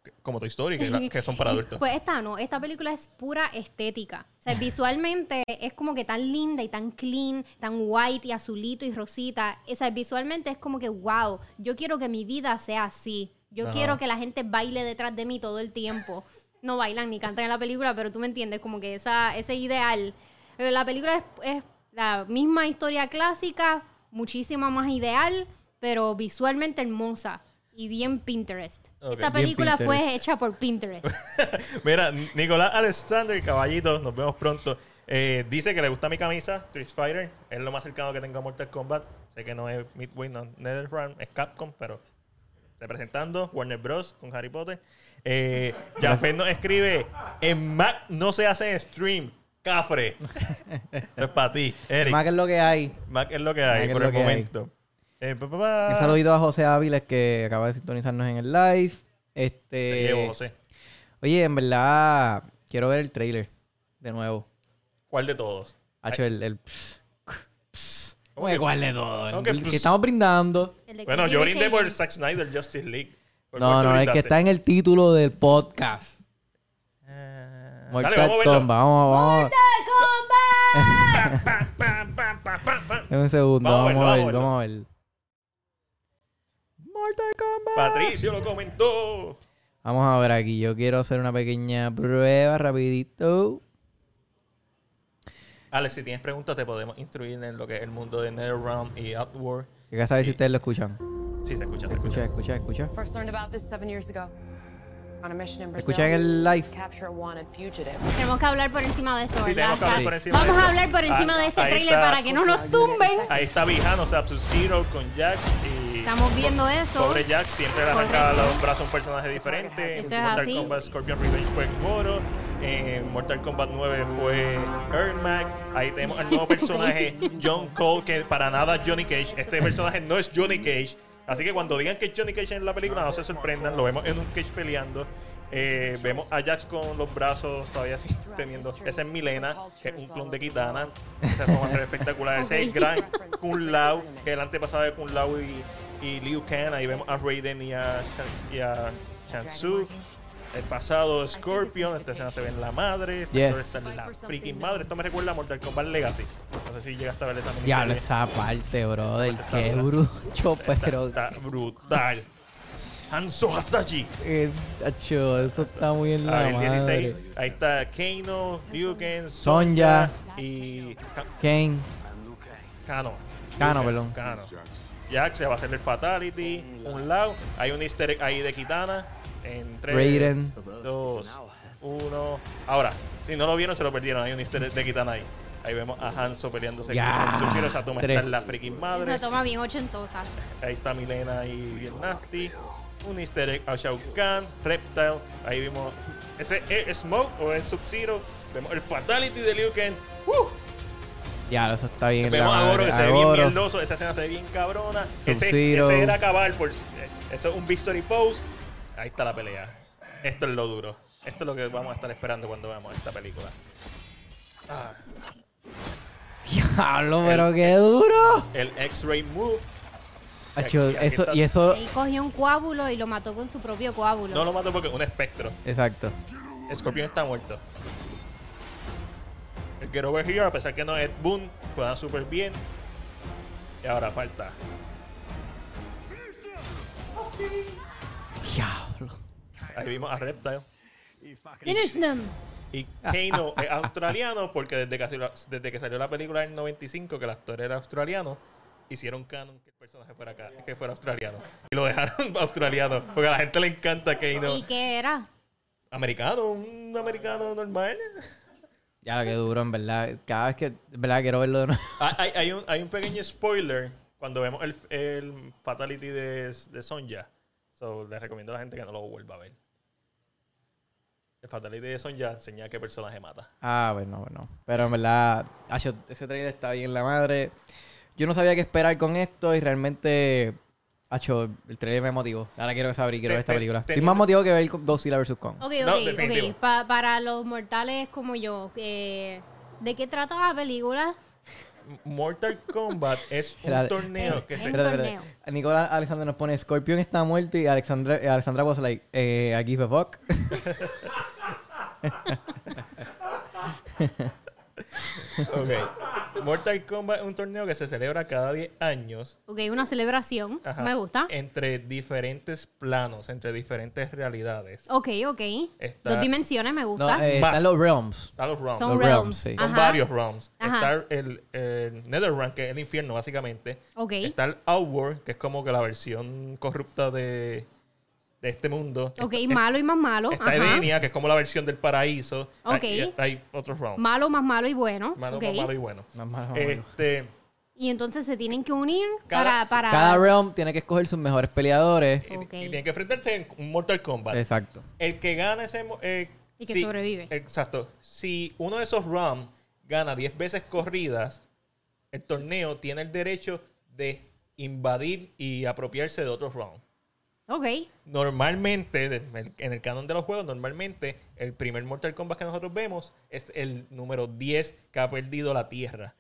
Speaker 2: que- como Toy Story, que, la- que son para adultos.
Speaker 3: Pues esta no, esta película es pura estética. O sea, visualmente es como que tan linda y tan clean, tan white y azulito y rosita. O sea, visualmente es como que, wow, yo quiero que mi vida sea así. Yo
Speaker 2: Ajá.
Speaker 3: quiero que la gente baile detrás de mí todo el tiempo. No bailan ni cantan en la película, pero tú me entiendes, como que esa, ese ideal. Pero la película es, es la misma historia clásica, muchísima más ideal, pero visualmente hermosa y bien Pinterest.
Speaker 2: Ok.
Speaker 3: Esta
Speaker 1: Bien
Speaker 3: película
Speaker 1: Pinterest.
Speaker 3: fue hecha por Pinterest.
Speaker 2: Mira, Nicolás Alexander, caballito, nos vemos pronto. Eh, dice que le gusta mi camisa, Street Fighter. Es lo más cercano que tengo a Mortal Kombat. Sé que no es Midway, no es NetherRealm, es Capcom, pero representando Warner Bros. con Harry Potter. Eh, Jafet nos escribe: En Mac no se hace stream, cafre. (laughs) Eso es para ti, Eric.
Speaker 1: Más
Speaker 2: Mac,
Speaker 1: que es lo que hay.
Speaker 2: es lo que
Speaker 1: Mac
Speaker 2: hay
Speaker 1: es
Speaker 2: por
Speaker 1: lo
Speaker 2: el
Speaker 1: que hay.
Speaker 2: momento. Eh, pa, pa, pa.
Speaker 1: Un saludito a José Áviles que acaba de sintonizarnos en el live.
Speaker 2: Te
Speaker 1: Este,
Speaker 2: llevo, José.
Speaker 1: Oye, en verdad, quiero ver el trailer de nuevo.
Speaker 2: ¿Cuál de todos?
Speaker 1: Hacho, el. el
Speaker 2: ¿Cómo
Speaker 1: Oye,
Speaker 2: que-
Speaker 1: ¿Cuál de todo?
Speaker 2: ¿Cómo que
Speaker 1: el que
Speaker 2: pss?
Speaker 1: estamos brindando.
Speaker 3: El de
Speaker 2: Bueno,
Speaker 3: Crazy
Speaker 2: yo
Speaker 3: Rich
Speaker 2: brindé por
Speaker 3: Asians.
Speaker 2: Zack Snyder Justice League. ¿Por
Speaker 1: No,
Speaker 2: cuál
Speaker 1: no,
Speaker 2: tú
Speaker 1: el que
Speaker 2: brindaste?
Speaker 1: está en el título del podcast. Mortal
Speaker 2: Eh, Dale, vamos a verlo.
Speaker 1: Kombat. Vamos, vamos.
Speaker 2: Pam, pam, pam, pam, pam, pam.
Speaker 1: Dame un segundo,
Speaker 2: Vamos a
Speaker 1: vamos,
Speaker 2: verlo,
Speaker 1: a ver,
Speaker 2: vamos a verlo.
Speaker 1: vamos a ver. Mortal Kombat.
Speaker 2: Patricio lo comentó.
Speaker 1: Vamos a ver aquí. Yo quiero hacer una pequeña prueba rapidito.
Speaker 2: Alex, si tienes preguntas, te podemos instruir en lo que es el mundo de NetherRealm y Outward.
Speaker 1: Quería saber si ustedes lo escuchan.
Speaker 2: Sí, se escucha, se
Speaker 1: Escucha, escucha,
Speaker 2: escucha.
Speaker 1: escucha.
Speaker 4: First learned about this seven years ago on a mission in Brazil
Speaker 1: Escucha en el live.
Speaker 4: to capture a wanted fugitive.
Speaker 3: Tenemos que hablar por encima de esto,
Speaker 2: Sí,
Speaker 3: ¿verdad?
Speaker 2: tenemos que hablar
Speaker 1: Sí.
Speaker 2: por encima
Speaker 3: Vamos
Speaker 2: de
Speaker 3: a
Speaker 2: esto.
Speaker 3: hablar por encima
Speaker 2: Ah,
Speaker 3: de este
Speaker 2: ahí
Speaker 3: trailer
Speaker 2: está-
Speaker 3: para que no nos tumben.
Speaker 2: Ahí está Vijano, o sea, Sub-Zero con Jax y...
Speaker 3: Estamos viendo eso.
Speaker 2: Pobre Jax, siempre le arranca
Speaker 3: Correcto.
Speaker 2: los brazos a un personaje diferente.
Speaker 3: Eso es
Speaker 2: Mortal
Speaker 3: así.
Speaker 2: Kombat Scorpion Revenge fue Goro. En Mortal Kombat 9 fue Ermac. Ahí tenemos
Speaker 3: (laughs)
Speaker 2: el nuevo personaje, John Cole, que para nada es Johnny Cage. Este personaje no es Johnny Cage. Así que cuando digan que es Johnny Cage en la película, no se sorprendan. Lo vemos en un Cage peleando. Eh, vemos a Jax con los brazos todavía así teniendo. Esa es Milena, que es un clon de Kitana. Esa es una serie espectacular. Ese es el
Speaker 3: Ok.
Speaker 2: gran Kun Lao, que el antepasado de Kun Lao y, y Liu Kang. Ahí vemos a Raiden y a, Shan- y a Shang Tsung. El pasado Scorpion, esta escena se ve en la madre, esta
Speaker 1: Yes.
Speaker 2: historia está en la freaking madre. Esto me recuerda a Mortal Kombat Legacy. No sé si llegaste a ver esa
Speaker 1: Diablo,
Speaker 2: miniserie.
Speaker 1: esa parte, brother.
Speaker 2: Esa parte
Speaker 1: Qué
Speaker 2: está
Speaker 1: brucho,
Speaker 2: (laughs) Está,
Speaker 1: pero.
Speaker 2: está brutal. Hanzo Hasashi.
Speaker 1: Eh, tacho, eso está muy en
Speaker 2: Ah,
Speaker 1: la
Speaker 2: el
Speaker 1: madre.
Speaker 2: 16. Ahí está Kano, Liu
Speaker 1: Sonja.
Speaker 2: Kang, Sonja y Ka-
Speaker 1: Kane.
Speaker 2: Kano.
Speaker 1: Kano, perdón.
Speaker 2: Kano. Jack se va a hacer el Fatality. Un lado. Hay un easter egg ahí de Kitana. En 3,
Speaker 1: Raiden.
Speaker 2: 2, 1. Ahora, si no lo vieron, se lo perdieron. Hay un easter egg de Kitana ahí. Ahí vemos a Hanzo peleándose
Speaker 1: Ya.
Speaker 2: con Sub-Zero. Esa toma
Speaker 1: Tres.
Speaker 2: está en la freaking madre.
Speaker 3: Una toma bien ochentosa.
Speaker 2: Ahí está Milena y bien Nasty. Un easter egg a Shao Kahn, Reptile. Ahí vimos. ¿Ese es Smoke o es Sub-Zero? Vemos el Fatality de Liu Kang. ¡Uh!
Speaker 1: Diablo, eso está bien en la
Speaker 2: Vemos a
Speaker 1: madre.
Speaker 2: Goro que se
Speaker 1: A
Speaker 2: ve bien
Speaker 1: Goro.
Speaker 2: mierdoso. Esa escena se ve bien cabrona. Ese,
Speaker 1: Sub-Zero.
Speaker 2: ese era acabar. Por, eh, eso es un victory pose. Ahí está la pelea. Esto es lo duro. Esto es lo que vamos a estar esperando cuando veamos esta película.
Speaker 1: Diablo, pero qué duro.
Speaker 2: El X-Ray Move.
Speaker 1: Tacho,
Speaker 2: aquí
Speaker 1: eso,
Speaker 2: está-
Speaker 1: y eso.
Speaker 3: Él cogió un coágulo y lo mató con su propio coágulo.
Speaker 2: No lo mato porque es un espectro.
Speaker 1: Exacto.
Speaker 2: Scorpion está muerto. El Get Over Here, a pesar que no es Boon, juega súper bien. Y ahora falta.
Speaker 1: Diablo.
Speaker 2: Ahí vimos a Reptile.
Speaker 3: Finish them.
Speaker 2: Y
Speaker 1: Ah.
Speaker 2: Kano es australiano porque desde que, salió, desde que salió la película en 95, que el actor era australiano, hicieron canon que el personaje fuera, acá, que fuera australiano. Y lo dejaron (laughs) australiano porque a la gente le encanta Kano.
Speaker 3: ¿Y qué era?
Speaker 2: Americano, un americano normal.
Speaker 1: Ya, qué duro, en verdad. Cada vez que. En verdad, quiero verlo de nuevo.
Speaker 2: Ah, Hay, hay un, hay un pequeño spoiler cuando vemos el, el Fatality de, de Sonja. So, les recomiendo a la gente que no lo vuelva a ver. El Fatality de Sonja enseña qué personaje mata.
Speaker 1: Ah, bueno, bueno. Pero en verdad, acho, ese trailer está bien la madre. Yo no sabía qué esperar con esto y realmente, acho, el trailer me motivó. Ahora quiero saber y quiero
Speaker 2: Te-
Speaker 1: ver esta
Speaker 2: te-
Speaker 1: película.
Speaker 2: te-
Speaker 1: Estoy más motivado que ver Godzilla vs. Kong.
Speaker 3: Ok,
Speaker 2: No,
Speaker 3: ok,
Speaker 2: definitivo.
Speaker 3: ok. Pa- para los mortales como yo, eh, ¿de qué trata la película?
Speaker 2: Mortal Kombat es un
Speaker 1: Era-
Speaker 2: torneo
Speaker 3: Eh,
Speaker 2: que
Speaker 3: eh.
Speaker 2: se
Speaker 3: Un torneo.
Speaker 1: Nicolás Alexander nos pone Scorpion está muerto y Alexandra, eh, Alexandra was like, eh, I give a fuck.
Speaker 2: Ok. Mortal Kombat es un torneo que se celebra cada 10 años.
Speaker 3: Ok, una celebración.
Speaker 2: Ajá. Eh.
Speaker 3: Me gusta.
Speaker 2: Entre diferentes planos, entre diferentes realidades.
Speaker 3: Ok, ok.
Speaker 2: Está-
Speaker 3: Dos dimensiones, me
Speaker 1: No,
Speaker 3: gusta.
Speaker 1: eh,
Speaker 2: Más.
Speaker 1: están los realms.
Speaker 2: Está los rounds.
Speaker 3: Son
Speaker 1: los
Speaker 3: realms.
Speaker 1: realms, sí.
Speaker 2: Son
Speaker 3: Ajá.
Speaker 2: varios realms.
Speaker 3: Ajá.
Speaker 2: Está el, el Netherrealm, que es el infierno, básicamente.
Speaker 3: Ok.
Speaker 2: Está el Outworld, que es como que la versión corrupta de, de este mundo.
Speaker 3: Ok,
Speaker 2: Está-
Speaker 3: malo y más malo.
Speaker 2: Está
Speaker 3: Ajá.
Speaker 2: Edenia, que es como la versión del paraíso. Ah,
Speaker 3: Ok.
Speaker 2: Hay, hay otros rounds.
Speaker 3: Malo, más malo y bueno.
Speaker 2: Malo,
Speaker 3: ok.
Speaker 2: más malo y bueno.
Speaker 1: Más malo, más malo.
Speaker 2: Este,
Speaker 3: Y entonces se tienen que unir
Speaker 2: Cada-
Speaker 3: para... para...
Speaker 1: Cada realm tiene que escoger sus mejores peleadores.
Speaker 2: y-
Speaker 3: Ok.
Speaker 2: y, tienen que enfrentarse en un Mortal Kombat.
Speaker 1: Exacto.
Speaker 2: El que gana ese... mo- eh,
Speaker 3: Y que sobrevive.
Speaker 2: Exacto. Si uno de esos rounds gana 10 veces corridas, el torneo tiene el derecho de invadir y apropiarse de otros rounds.
Speaker 3: Ok. (laughs)
Speaker 2: Normalmente, de- el- en el canon de los juegos, normalmente el primer Mortal Kombat que nosotros vemos es el número 10 que ha perdido la Tierra.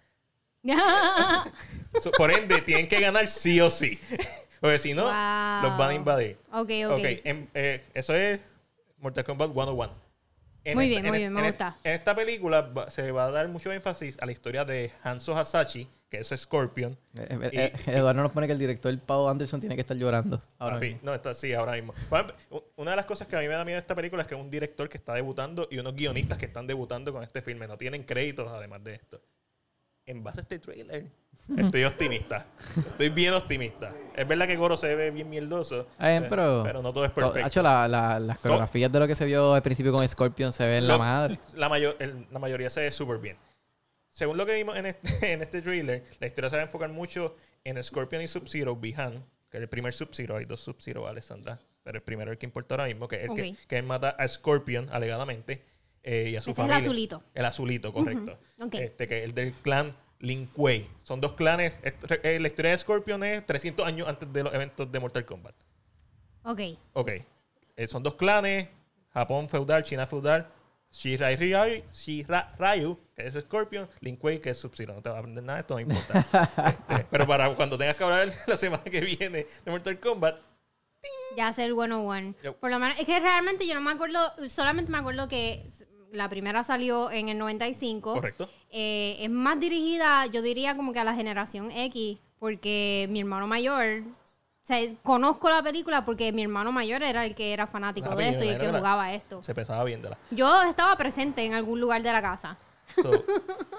Speaker 2: So, por ende, (laughs) tienen que ganar sí o sí. (laughs) Porque si no,
Speaker 3: Wow.
Speaker 2: los van a invadir.
Speaker 3: Ok, ok.
Speaker 2: em- eh, eso es Mortal Kombat 101.
Speaker 3: Muy
Speaker 2: esta-
Speaker 3: bien,
Speaker 2: en-
Speaker 3: muy
Speaker 2: e-
Speaker 3: bien, me
Speaker 2: en-
Speaker 3: gusta.
Speaker 2: En esta película va- se va a dar mucho énfasis a la historia de Hanzo Hasashi, que es Scorpion.
Speaker 1: Eh, eh,
Speaker 2: Y-
Speaker 1: eh, Eduardo nos pone que el director Pau Anderson tiene que estar llorando. Ahora
Speaker 2: Papi,
Speaker 1: mismo.
Speaker 2: No, está, sí, ahora mismo. Por ejemplo, u- Una de las cosas que a mí me da miedo de esta película es que es un director que está debutando y unos guionistas que están debutando con este filme no tienen créditos además de esto. en base a este
Speaker 1: (laughs)
Speaker 2: trailer, estoy optimista. Estoy bien optimista. Es verdad que Goro se ve bien mierdoso.
Speaker 1: Está bien,
Speaker 2: eh,
Speaker 1: pero-
Speaker 2: pero no todo es
Speaker 1: To-
Speaker 2: perfecto.
Speaker 1: Hacho, la- la- las coreografías de lo que se vio al principio con Scorpion se ven la
Speaker 2: Lo-
Speaker 1: madre.
Speaker 2: La, mayo- el- la mayoría se ve súper bien. Según lo que vimos en este, (laughs) en este trailer, la historia se va a enfocar mucho en Scorpion y Sub-Zero, Bihan, que es el primer Sub-Zero. Hay dos Sub-Zero, Alessandra. Pero el primero es el que importa ahora mismo, que es el que-
Speaker 3: Ok.
Speaker 2: que, él mata a Scorpion, alegadamente, eh, y a su
Speaker 3: Ese es el
Speaker 2: familia.
Speaker 3: azulito.
Speaker 2: El azulito, correcto.
Speaker 3: Ujú, ok.
Speaker 2: Este, que el del clan Lin Kuei. Son dos clanes. Esto- eh, La historia de Scorpion es 300 años antes de los eventos de Mortal Kombat.
Speaker 3: Ok.
Speaker 2: Ok. Eh, son dos clanes. Japón feudal, China feudal. Shirai Ryu, Shira Ryu, que es Scorpion, Lin Kuei, que es Sub-Zero. No te vas a aprender nada de esto, no
Speaker 3: (laughs)
Speaker 2: importa. Este, pero para cuando tengas que hablar (laughs) la semana que viene de Mortal Kombat,
Speaker 3: Ya sé el 101.
Speaker 2: Yep.
Speaker 3: Por lo menos, es que realmente yo no me acuerdo, solamente me acuerdo que s- la primera salió en el 95.
Speaker 2: correcto.
Speaker 3: Eh, es más dirigida, yo diría, como que a la generación X, porque mi hermano mayor, o sea, es- conozco la película porque mi hermano mayor era el que era fanático
Speaker 2: Ah,
Speaker 3: de
Speaker 2: pero
Speaker 3: esto y
Speaker 2: yo
Speaker 3: el
Speaker 2: era
Speaker 3: que
Speaker 2: la-
Speaker 3: jugaba esto.
Speaker 2: Se pesaba viéndola.
Speaker 3: Yo estaba presente en algún lugar de la casa.
Speaker 2: So, (laughs)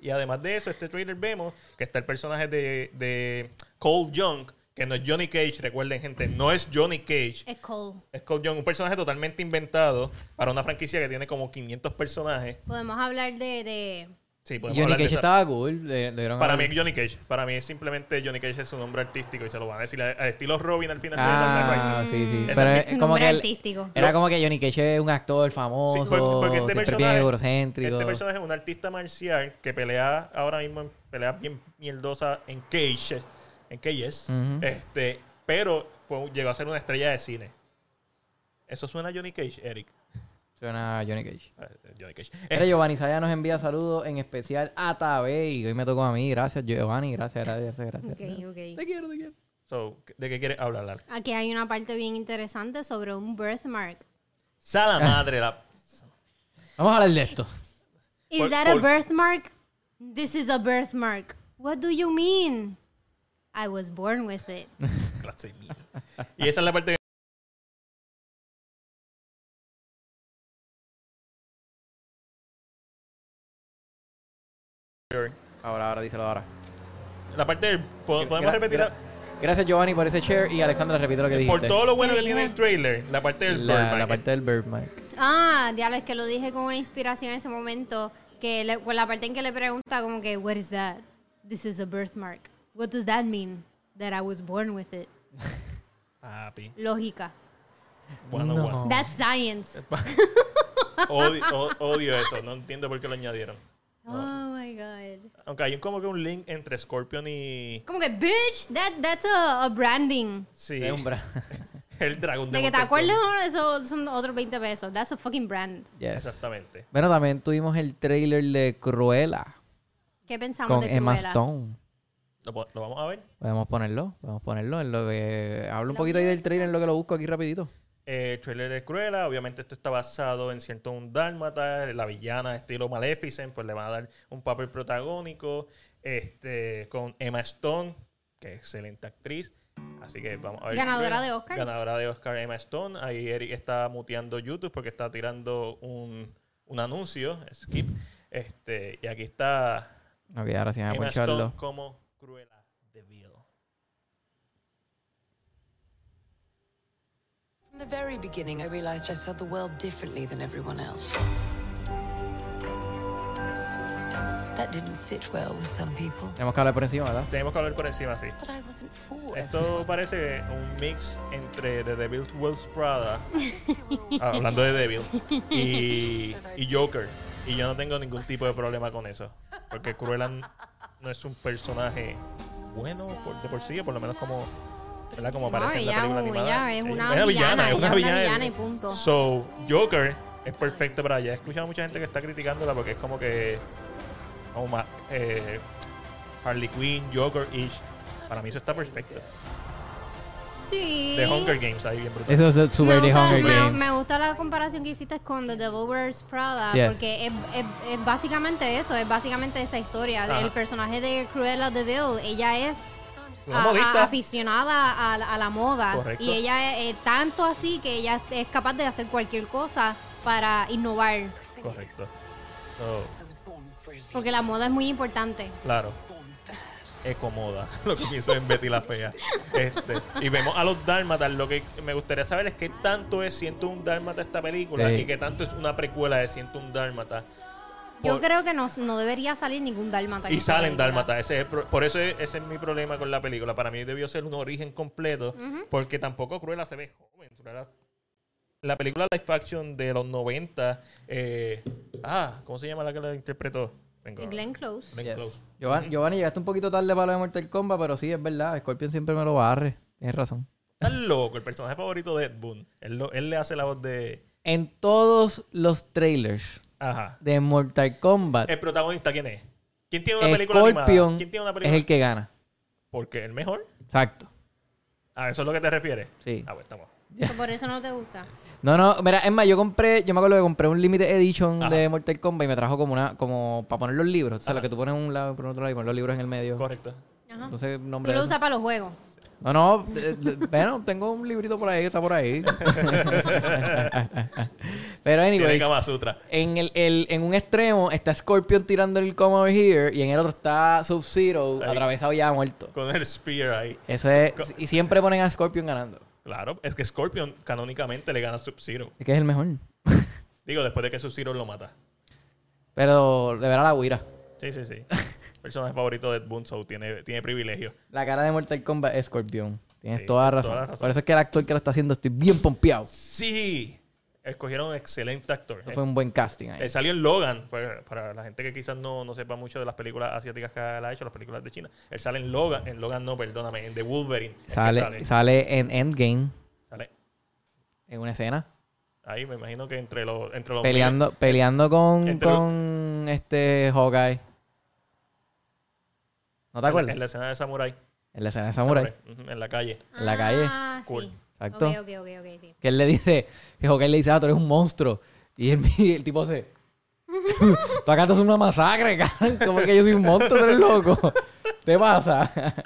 Speaker 2: y además de eso, este trailer vemos que está el personaje de, de Cole Young, que no es Johnny Cage, recuerden gente, no es Johnny Cage.
Speaker 3: Es cool.
Speaker 2: Es Cole Young, un personaje totalmente inventado para una franquicia que tiene como 500 personajes.
Speaker 3: Podemos hablar de, de-
Speaker 2: Sí, podemos
Speaker 1: Johnny
Speaker 2: hablar de
Speaker 1: Cage
Speaker 2: esa-
Speaker 1: estaba cool. le- le dieron
Speaker 2: Para
Speaker 1: al-
Speaker 2: mí es Johnny Cage. Para mí es simplemente Johnny Cage es su nombre artístico y se lo van a decir al estilo Robin al final. de Dark Knight
Speaker 1: Ah,
Speaker 2: Rises.
Speaker 1: sí, sí.
Speaker 2: Ese
Speaker 1: Pero
Speaker 2: es
Speaker 1: es
Speaker 3: su
Speaker 1: como
Speaker 3: nombre
Speaker 1: que. él-
Speaker 3: artístico.
Speaker 1: Era como que Johnny Cage es un actor famoso,
Speaker 2: Sí, por- porque este
Speaker 1: siempre bien
Speaker 2: personaje-
Speaker 1: egocéntrico.
Speaker 2: Este personaje es un artista marcial que pelea ahora mismo en peleas bien mierdosa en cages. En cages.
Speaker 1: Ujú.
Speaker 2: Este, pero fue, llegó a ser una estrella de cine. Eso suena a Johnny Cage, Eric.
Speaker 1: Suena a Johnny Cage.
Speaker 2: Eh, Johnny Cage.
Speaker 1: Mira, Giovanni Saya nos envía saludos, en especial a Tabey. Hoy me tocó a mí. Gracias, Giovanni. Gracias, gracias, gracias.
Speaker 3: Ok, ok.
Speaker 1: Te quiero, te quiero.
Speaker 2: So, ¿De qué quieres hablar? Lalo?
Speaker 3: Aquí hay una parte bien interesante sobre un birthmark.
Speaker 1: (laughs)
Speaker 2: Sala madre la.
Speaker 1: Vamos a hablar de esto.
Speaker 3: Is
Speaker 2: Por-
Speaker 3: that a
Speaker 2: por-
Speaker 3: birthmark? This is a birthmark. What do you mean? I was born with
Speaker 1: (laughs)
Speaker 3: it.
Speaker 2: clase de mierda. Y esa es la parte que
Speaker 1: Ahora, ahora, díselo ahora.
Speaker 2: La parte del- po- podemos
Speaker 1: Gra-
Speaker 2: repetir
Speaker 1: gra-
Speaker 2: la-
Speaker 1: Gracias, Giovanni, por ese share. Y Alexandra, repito lo que dijiste.
Speaker 2: por todo lo bueno
Speaker 3: ¿Qué
Speaker 2: que tiene
Speaker 3: dije?
Speaker 2: el trailer, la parte del
Speaker 1: la,
Speaker 2: Birdman.
Speaker 1: la parte del Birdmark.
Speaker 3: Ah, diablo, es que lo dije con una inspiración en ese momento, que le- con la parte en que le pregunta como que, what is that? This is a birthmark. What does that mean? That I was born with it.
Speaker 2: Papi,
Speaker 3: Lógica.
Speaker 2: bueno,
Speaker 1: No.
Speaker 2: bueno.
Speaker 3: That's science.
Speaker 2: Odio, o- odio eso, no entiendo por qué lo añadieron.
Speaker 3: Oh my god.
Speaker 2: Aunque hay un, como que un link entre Scorpion y...
Speaker 3: Como que, bitch, that, that's a, a branding.
Speaker 2: Sí,
Speaker 1: Es un
Speaker 2: (laughs)
Speaker 1: bra-
Speaker 2: el dragón de
Speaker 3: De que te
Speaker 2: Mortal
Speaker 3: acuerdes,
Speaker 2: Kombat.
Speaker 3: ahora, eso son otros 20 pesos. That's a fucking brand.
Speaker 1: yes.
Speaker 2: Exactamente.
Speaker 1: Bueno, también tuvimos el trailer de Cruella
Speaker 3: ¿Qué pensamos
Speaker 1: con
Speaker 3: de
Speaker 1: Emma
Speaker 3: Cruella?
Speaker 1: Stone.
Speaker 2: ¿Lo, po- lo vamos a ver?
Speaker 1: Podemos ponerlo, podemos ponerlo en lo que hablo un poquito ahí del trailer en lo que lo busco aquí rapidito.
Speaker 2: Eh, trailer de Cruella, obviamente esto está basado en cierto un dálmata, la villana estilo Maleficent, pues le van a dar un papel protagónico, este, con Emma Stone, que es excelente actriz, así que vamos a ver.
Speaker 3: Ganadora de Oscar.
Speaker 2: Ganadora de Oscar Emma Stone, ahí Eric está muteando YouTube porque está tirando un, un anuncio, skip, este, y aquí está
Speaker 1: Ok, ahora sí me voy a
Speaker 2: Emma Stone
Speaker 1: poncharlo.
Speaker 2: como Cruella de Vil.
Speaker 5: From the very beginning, I realized I saw the world differently than everyone else. That didn't sit well with some people,
Speaker 1: Tenemos que hablar por encima, ¿verdad?
Speaker 2: Tenemos que hablar por encima, sí.
Speaker 5: but I wasn't for
Speaker 3: Pues.
Speaker 2: Esto parece un mix entre The Devil's Wells
Speaker 3: (laughs)
Speaker 2: Prada, hablando de Devil,
Speaker 3: (laughs)
Speaker 2: y, y Joker. Y yo no tengo ningún tipo de problema con eso. Porque Cruella n- no es un personaje bueno por- de por sí, o por lo menos como, ¿verdad? como
Speaker 3: No,
Speaker 2: aparece en la
Speaker 3: ella,
Speaker 2: película animada.
Speaker 3: ella es
Speaker 2: Sí,
Speaker 3: una villana, ella es una villana y punto.
Speaker 2: So, Joker es perfecto para ella. He escuchado mucha gente que está criticándola porque es como que. Como ma- eh, Harley Quinn, Joker-ish. Para mí eso está perfecto.
Speaker 3: Sí.
Speaker 2: The Hunger Games ahí bien brutal.
Speaker 1: Eso es
Speaker 3: Me
Speaker 1: Super The
Speaker 3: gusta-
Speaker 1: Hunger
Speaker 3: me-
Speaker 1: Games.
Speaker 3: Me gusta la comparación que hiciste con The Devil Wears Prada,
Speaker 1: Yes.
Speaker 3: porque es, es- es básicamente eso, es básicamente esa historia.
Speaker 2: Ajá.
Speaker 3: El personaje de Cruella de Vil, ella es
Speaker 2: Una
Speaker 3: a- a-
Speaker 2: modista.
Speaker 3: aficionada a, la- a la moda.
Speaker 2: Correcto.
Speaker 3: Y ella es, es tanto así que ella es capaz de hacer cualquier cosa para innovar.
Speaker 2: Correcto. So,
Speaker 5: I was born for
Speaker 3: Porque la moda es muy importante.
Speaker 2: Claro. Ecomoda, (laughs) lo que pienso en Betty la Fea. Este, y vemos a los Dálmatas. Lo que me gustaría saber es qué tanto es 101 Dálmata esta película
Speaker 1: Sí.
Speaker 2: y qué tanto es una precuela de 101 Dálmata.
Speaker 3: Yo
Speaker 2: Por-
Speaker 3: creo que no, no debería salir ningún dálmata. en
Speaker 2: Y
Speaker 3: esta
Speaker 2: salen
Speaker 3: película.
Speaker 2: dálmatas. Ese es el pro- por eso es- ese es mi problema con la película. Para mí debió ser un origen completo. Porque tampoco Cruella se ve joven. Cruella- La película Life Action de los 90. eh, ah, ¿cómo se llama la que la interpretó? Vengo ahora.
Speaker 1: (laughs)
Speaker 3: Glenn Close.
Speaker 2: Glenn
Speaker 1: Yes.
Speaker 2: Close.
Speaker 1: Giovanni, Giovanni, llegaste un poquito tarde para lo de Mortal Kombat, pero sí, es verdad. Scorpion siempre me lo barre. Tienes razón.
Speaker 2: Estás loco, el personaje favorito de Ed Boon. Él, lo- él le hace la voz de.
Speaker 1: En todos los trailers
Speaker 2: Ajá.
Speaker 1: de Mortal Kombat,
Speaker 2: ¿El protagonista quién es? ¿Quién tiene una película animada?
Speaker 1: Scorpion
Speaker 2: ¿Quién tiene una
Speaker 1: es
Speaker 2: película?
Speaker 1: el que gana.
Speaker 2: Porque el mejor.
Speaker 1: Exacto.
Speaker 2: A eso es lo que te refieres.
Speaker 1: Sí.
Speaker 2: Ah, pues estamos.
Speaker 3: So, Por eso no te gusta.
Speaker 1: No, no, mira, es más, yo compré, yo me acuerdo que compré un Limited Edition
Speaker 2: Ajá.
Speaker 1: de Mortal Kombat y me trajo como una, como para poner los libros. O sea, lo que tú pones en un lado, por otro lado y pones los libros en el medio.
Speaker 2: Correcto.
Speaker 3: Ajá.
Speaker 1: No sé el
Speaker 3: Tú
Speaker 1: nombre.
Speaker 3: lo
Speaker 1: de eso.
Speaker 3: usas para los juegos.
Speaker 1: No, no, eh, eh, bueno, tengo un librito por ahí que está por (laughs) ahí. Pero
Speaker 2: Tiene
Speaker 1: anyways,
Speaker 2: Kama Sutra.
Speaker 1: en, el, el- en un extremo está Scorpion tirando el come over here y en el otro está Sub-Zero
Speaker 2: Ahí.
Speaker 1: atravesado ya muerto.
Speaker 2: Con el spear ahí.
Speaker 1: Eso es, y siempre ponen a Scorpion ganando.
Speaker 2: Claro, es que Scorpion canónicamente le gana a Sub-Zero.
Speaker 1: Es que es el mejor.
Speaker 2: Digo, después de que Sub-Zero lo mata.
Speaker 1: Pero le verá la guira.
Speaker 2: Sí,
Speaker 1: (laughs)
Speaker 2: sí, sí. Personaje favorito de Ed Boon, so tiene, tiene privilegio.
Speaker 1: La cara de Mortal Kombat es Scorpion. Tienes
Speaker 2: Sí,
Speaker 1: toda, la
Speaker 2: toda
Speaker 1: razón.
Speaker 2: la razón.
Speaker 1: Por eso es que el actor que lo está haciendo estoy bien pompeado. Eso
Speaker 2: Sí, escogieron un excelente actor.
Speaker 1: fue un buen casting ahí.
Speaker 2: Eh, salió en Logan, pues, para la gente que quizás no, no sepa mucho de las películas asiáticas que él ha hecho, las películas de China. Él sale en Logan, en Logan no, perdóname, en The Wolverine. es que
Speaker 1: sale,
Speaker 2: sale,
Speaker 1: sale. en Endgame,
Speaker 2: sale.
Speaker 1: en una escena.
Speaker 2: Ahí me imagino que entre los... Entre los
Speaker 1: Peleando, peleando con,
Speaker 2: Entre-
Speaker 1: con este Hawkeye. ¿No te
Speaker 2: en,
Speaker 1: acuerdas?
Speaker 2: en la escena de Samurai.
Speaker 1: En la escena de Samurai.
Speaker 2: Ujú, en la calle.
Speaker 1: En la calle.
Speaker 3: Ah,
Speaker 2: Cool.
Speaker 3: sí.
Speaker 1: Exacto.
Speaker 3: Ok, ok, ok, ok, sí.
Speaker 1: Que él le dice, que Hawkeye le dice, ah, tú eres un monstruo. Y el, (laughs) y el tipo se... Tú acá estás una masacre, cabrón. ¿Cómo es que yo soy un monstruo? Tú eres loco. (laughs) ¿Te pasa? (laughs)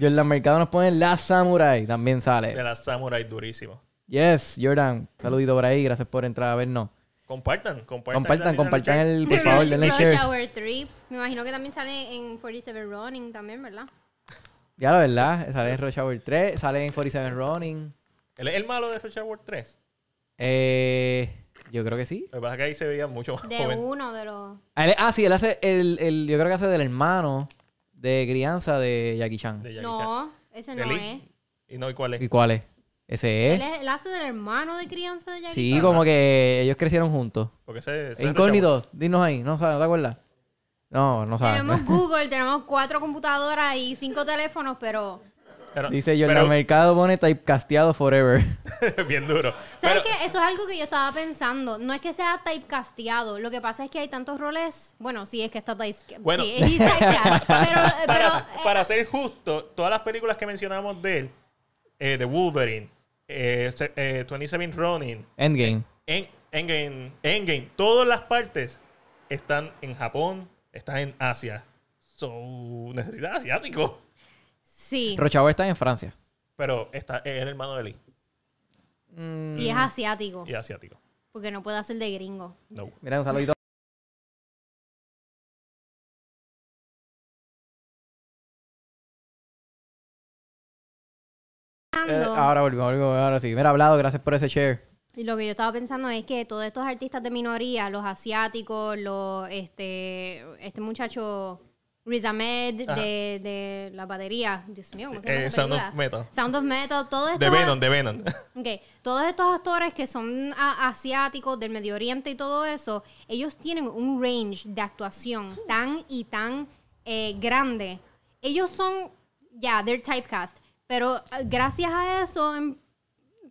Speaker 1: Jordan Mercado nos pone La Samurai. También
Speaker 2: De
Speaker 1: sale.
Speaker 2: la Samurai durísimo.
Speaker 1: Yes, Jordan. Saludito por ahí. Gracias por entrar a vernos.
Speaker 2: Compartan, compartan.
Speaker 1: Compartan,
Speaker 2: Dale, dale,
Speaker 1: compartan
Speaker 2: share.
Speaker 1: el... Por
Speaker 3: (laughs)
Speaker 1: favor,
Speaker 3: Rush-
Speaker 1: denle
Speaker 3: Rush
Speaker 1: share.
Speaker 3: Hour 3. Me imagino que también sale en 47 Running también, ¿verdad?
Speaker 1: Ya, la verdad. Sale en Rush Hour 3. Sale en 47 Running.
Speaker 2: (laughs) ¿Él es el malo de Richard World 3?
Speaker 1: Eh, yo creo que sí.
Speaker 2: Lo que pasa es que ahí se veía mucho más
Speaker 3: De
Speaker 2: joven.
Speaker 3: uno de los...
Speaker 1: Ah, él- ah, sí. Él hace el, el... Yo creo que hace del hermano de crianza de Jackie Chan.
Speaker 2: De Jackie Chan.
Speaker 3: No, ese
Speaker 2: De
Speaker 3: no es.
Speaker 1: ¿Eh?
Speaker 2: Lee. ¿Y no? ¿Y cuál
Speaker 1: ¿Y
Speaker 2: es?
Speaker 1: cuál es? Ese
Speaker 3: Él
Speaker 1: es.
Speaker 3: es- él hace del hermano de crianza de Jackie
Speaker 1: Sí,
Speaker 2: Ajá.
Speaker 1: como que ellos crecieron juntos.
Speaker 2: Porque ese, ese es
Speaker 1: Incógnito, dinos ahí. No sabes, ¿no te acuerdas? No, no sabes. (laughs)
Speaker 3: Tenemos Google, tenemos cuatro computadoras y cinco teléfonos,
Speaker 2: Richard
Speaker 3: pero...
Speaker 2: World. Pero-
Speaker 1: Dice Jordan Mercado pone typecasteado forever. (laughs)
Speaker 2: pero, (laughs) bien duro. Pero-
Speaker 3: ¿Sabes qué? Eso es algo que yo estaba pensando. No es que sea typecasteado. Lo que pasa es que hay tantos roles... Bueno, sí, es que está typecasteado.
Speaker 2: Bueno.
Speaker 3: Sí,
Speaker 2: (laughs)
Speaker 3: he's typecast. pero... eh, pero
Speaker 2: para,
Speaker 3: eh,
Speaker 2: para ser justo, todas las películas que mencionamos de él, eh, de Wolverine, eh, se- eh, 27 Running,
Speaker 1: Endgame.
Speaker 2: en, Endgame, Endgame, todas las partes están en Japón, están en Asia. So, necesitas asiático.
Speaker 3: sí,
Speaker 1: Rochavo está en Francia.
Speaker 2: Pero está, es el hermano de Lee
Speaker 1: Mm,
Speaker 3: y es asiático.
Speaker 2: y asiático.
Speaker 3: Porque no puede hacer de gringo.
Speaker 2: No.
Speaker 1: mira, un saludito. Eh, ahora volvimos, volvimos, ahora sí. Mira, hablado, gracias por ese share.
Speaker 3: Y lo que yo estaba pensando es que todos estos artistas de minoría, los asiáticos, los este este muchacho Riz Ahmed
Speaker 2: Ajá.
Speaker 3: de, de la batería, Dios mío, ¿cómo se llama?
Speaker 2: Eh,
Speaker 3: esa
Speaker 2: Sound of
Speaker 3: película?
Speaker 2: Metal.
Speaker 3: Sound of Metal, todos
Speaker 2: De
Speaker 3: estos,
Speaker 2: Venom, de Venom.
Speaker 3: ok, todos estos actores que son a- asiáticos del Medio Oriente y todo eso, ellos tienen un range de actuación tan y tan eh, grande. Ellos son, ya, they're typecast, pero eh, gracias a eso, en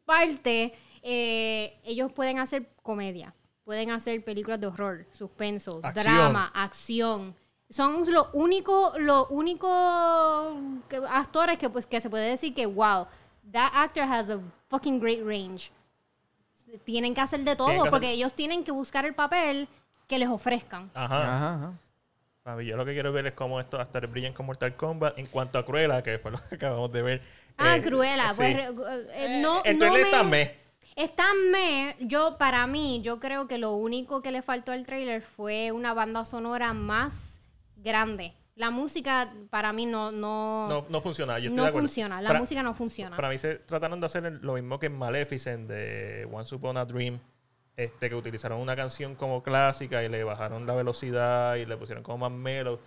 Speaker 3: parte, eh, ellos pueden hacer comedia, pueden hacer películas de horror, suspenso,
Speaker 2: Acción.
Speaker 3: drama, acción. Son los únicos los únicos que- actores que, pues, que se puede decir que, wow, that actor has a fucking great range. Tienen que hacer de todo
Speaker 2: Tienen que
Speaker 3: porque
Speaker 2: hacer- Ah,
Speaker 3: ellos tienen que buscar el papel que les ofrezcan.
Speaker 2: Ajá.
Speaker 1: Ajá, ajá.
Speaker 2: Papi, yo lo que quiero ver es cómo estos actores brillan con Mortal Kombat. En cuanto a Cruella, que fue lo que acabamos de ver.
Speaker 3: Ah,
Speaker 2: eh,
Speaker 3: Cruella,
Speaker 2: sí.
Speaker 3: pues, eh, eh, no,
Speaker 2: El
Speaker 3: no
Speaker 2: trailer
Speaker 3: me-
Speaker 2: está meh.
Speaker 3: Está me, yo para mí, yo creo que lo único que le faltó al trailer fue una banda sonora más grande. La música para mí no no
Speaker 2: No, no funciona. Yo estoy
Speaker 3: no
Speaker 2: de acuerdo.
Speaker 3: funciona, la
Speaker 2: Para-
Speaker 3: música no funciona.
Speaker 2: Para mí se trataron de hacer lo mismo que en Maleficent de Once Upon a Dream. Este, que utilizaron una canción como clásica y le bajaron la velocidad y le pusieron como más mellow.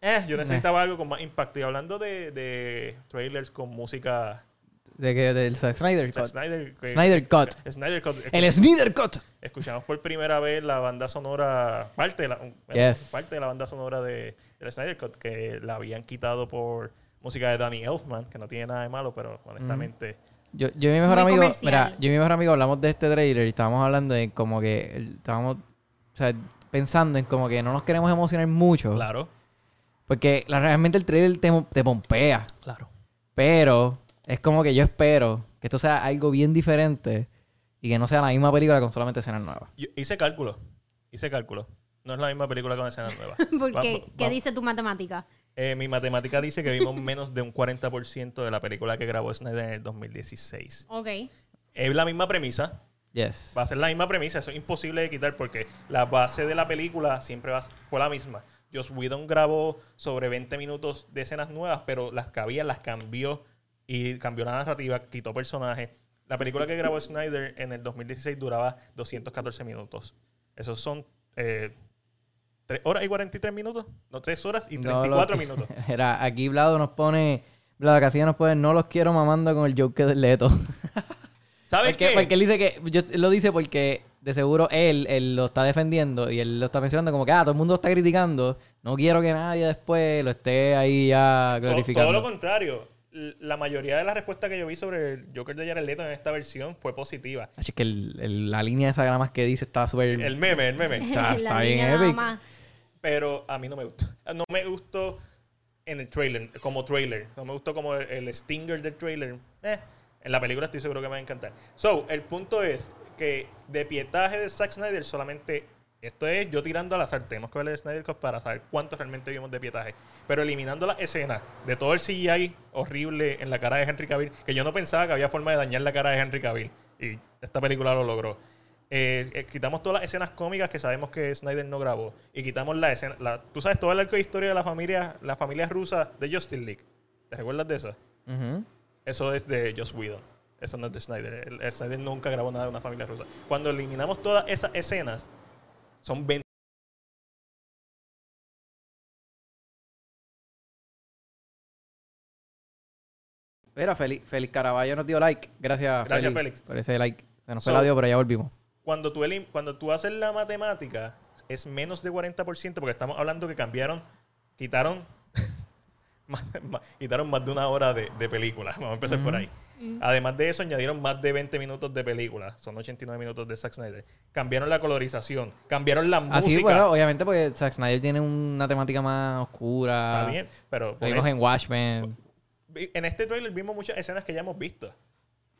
Speaker 2: Eh, yo necesitaba algo con más impacto. Y hablando de, de trailers con música
Speaker 1: De que del Zack Snyder
Speaker 2: Zack
Speaker 1: Cut.
Speaker 2: Snyder, que-
Speaker 1: Snyder Cut.
Speaker 2: Snyder Cut. Escu-
Speaker 1: El Snyder Cut.
Speaker 2: Escuchamos por primera vez la banda sonora, parte de la, un-
Speaker 1: Yes.
Speaker 2: parte de la banda sonora de, del Snyder Cut, que la habían quitado por música de Danny Elfman, que no tiene nada de malo, pero honestamente...
Speaker 3: Mm.
Speaker 1: Yo, yo y mi mejor
Speaker 3: Muy
Speaker 1: amigo,
Speaker 3: comercial.
Speaker 1: mira, yo y mi mejor amigo hablamos de este trailer y estábamos hablando de como que el- estábamos o sea, pensando en como que no nos queremos emocionar mucho.
Speaker 2: Claro.
Speaker 1: Porque la- realmente el trailer te, mo- te pompea.
Speaker 2: Claro.
Speaker 1: Pero es como que yo espero que esto sea algo bien diferente y que no sea la misma película con solamente escenas nuevas.
Speaker 2: Yo hice cálculo. Hice cálculo. No es la misma película con escenas
Speaker 3: (laughs)
Speaker 2: nuevas. Va-
Speaker 3: (laughs) Porque,
Speaker 2: va-
Speaker 3: ¿qué
Speaker 2: va-
Speaker 3: dice tu matemática?
Speaker 2: Eh, mi matemática dice que vimos menos de un 40% de la película que grabó Snyder en el 2016.
Speaker 3: (laughs) Ok.
Speaker 2: Es la misma premisa.
Speaker 1: Yes.
Speaker 2: Va a ser la misma premisa. Eso es imposible de quitar porque la base de la película siempre va- fue la misma. Joss Whedon grabó sobre 20 minutos de escenas nuevas, pero las que había las cambió y cambió la narrativa, quitó personajes. La película que grabó Snyder en el 2016 duraba 214 minutos. Esos son eh, 3 horas y 43 minutos. No, 3 horas y
Speaker 1: No (laughs)
Speaker 2: 34
Speaker 1: lo-
Speaker 2: minutos.
Speaker 1: Era, aquí Vlado nos pone. Vlado Casilla nos pone, no los quiero mamando con el Joker del Leto.
Speaker 2: ¿Sabes
Speaker 1: (laughs) Porque,
Speaker 2: qué?
Speaker 1: porque él dice que. Yo, él lo dice porque de seguro él, él lo está defendiendo y él lo está mencionando como que, ah, todo el mundo está criticando. No quiero que nadie después lo esté ahí ya
Speaker 2: To-
Speaker 1: glorificando.
Speaker 2: Todo lo contrario. L- La mayoría de las respuestas que yo vi sobre el Joker de Jared Leto en esta versión fue positiva.
Speaker 1: Así que el- el- la línea esa nada más que dice está súper.
Speaker 2: El meme, el meme.
Speaker 1: Está-
Speaker 3: La
Speaker 1: está
Speaker 3: niña
Speaker 1: bien
Speaker 3: nada
Speaker 1: epic.
Speaker 3: más.
Speaker 2: pero a mí no me gustó. No me gustó en el trailer, como trailer. No me gustó como el, el stinger del trailer. Eh, en la película estoy seguro que me va a encantar. So, el punto es que de pietaje de Zack Snyder solamente... Esto es yo tirando al azar. Tenemos que ver el Snyder Cut para saber cuánto realmente vimos de pietaje. Pero eliminando las escenas de todo el CGI horrible en la cara de Henry Cavill, que yo no pensaba que había forma de dañar la cara de Henry Cavill. Y esta película lo logró. Eh, eh, quitamos todas las escenas cómicas que sabemos que Snyder no grabó. Y quitamos la escena. la- Tú sabes todo el arco de historia de la familia, la familia rusa de Justin League. ¿Te recuerdas de esa?
Speaker 1: Ujú.
Speaker 2: Eso es de Joss Whedon. Eso no es de Snyder. El- el Snyder nunca grabó nada de una familia rusa. Cuando eliminamos todas esas escenas, son 20.
Speaker 1: Mira, Félix, Félix Caraballo nos dio like. Gracias,
Speaker 2: Gracias, Félix.
Speaker 1: Por ese like. Se nos fue
Speaker 2: So-
Speaker 1: el audio, pero ya volvimos.
Speaker 2: Cuando tú, elim- cuando tú haces la matemática, es menos de 40%, porque estamos hablando que cambiaron, quitaron, (laughs) más- más- quitaron más de una hora de, de película. (laughs) Vamos a empezar por ahí. Además de eso, añadieron más de 20 minutos de película. Son 89 minutos de Zack Snyder. Cambiaron la colorización, cambiaron la música.
Speaker 1: Así, Ah, bueno, obviamente porque Zack Snyder tiene una temática más oscura.
Speaker 2: Está bien, pero
Speaker 1: Lo
Speaker 2: por
Speaker 1: vimos
Speaker 2: eso-
Speaker 1: en Watchmen.
Speaker 2: vi- en este trailer vimos muchas escenas que ya hemos visto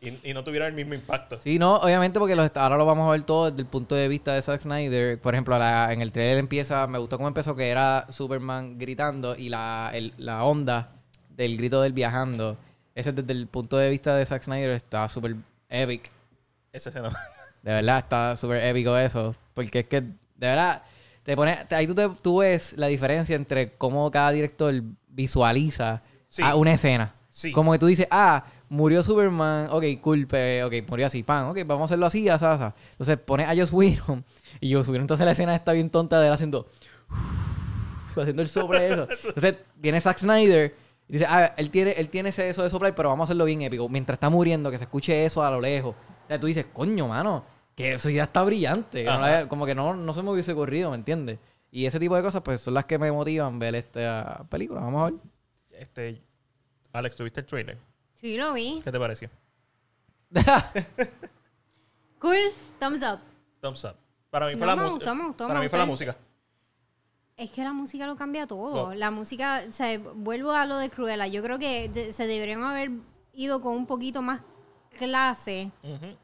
Speaker 2: y, y no tuvieron el mismo impacto.
Speaker 1: Sí, no, obviamente porque los, ahora lo vamos a ver todo desde el punto de vista de Zack Snyder. Por ejemplo, la- en el trailer empieza, me gustó cómo empezó que era Superman gritando y la, el- la onda del grito del viajando. Ese desde el punto de vista de Zack Snyder está súper epic.
Speaker 2: Esa escena. (laughs)
Speaker 1: De verdad, está súper épico eso. Porque es que, de verdad, te pones, te- ahí tú, te- tú ves la diferencia entre cómo cada director visualiza
Speaker 2: Sí.
Speaker 1: a una escena.
Speaker 2: Sí.
Speaker 1: Como que tú dices, ah, murió Superman, ok, culpe, ok, murió así, pan, ok, vamos a hacerlo así, asá, asá. Entonces pones a Joss Whedon y Joss Whedon, entonces la escena está bien tonta de él haciendo, (laughs) haciendo el sobre eso. Entonces viene Zack Snyder y dice, ah, él tiene, él tiene ese eso de soplar, pero vamos a hacerlo bien épico. Mientras está muriendo, que se escuche eso a lo lejos. O sea, tú dices, coño, mano, que esa idea está brillante. No la
Speaker 2: Ajá.
Speaker 1: había- como que no, no se me hubiese ocurrido, ¿me entiendes? Y ese tipo de cosas, pues, son las que me motivan ver esta película. Vamos a ver.
Speaker 2: Este, Alex, ¿tuviste el trailer?
Speaker 3: Sí, lo vi.
Speaker 2: ¿Qué te pareció?
Speaker 3: Cool. Thumbs up.
Speaker 2: Thumbs up. Para mí fue
Speaker 3: No,
Speaker 2: la
Speaker 3: me
Speaker 2: música.
Speaker 3: gustó, me gustó,
Speaker 2: Para
Speaker 3: me
Speaker 2: mí fue la
Speaker 3: gustó.
Speaker 2: música.
Speaker 3: Es que la música lo cambia todo.
Speaker 2: Wow.
Speaker 3: La música, o sea, vuelvo a lo de Cruella. Yo creo que de- se deberían haber ido con un poquito más clase
Speaker 2: Ujú.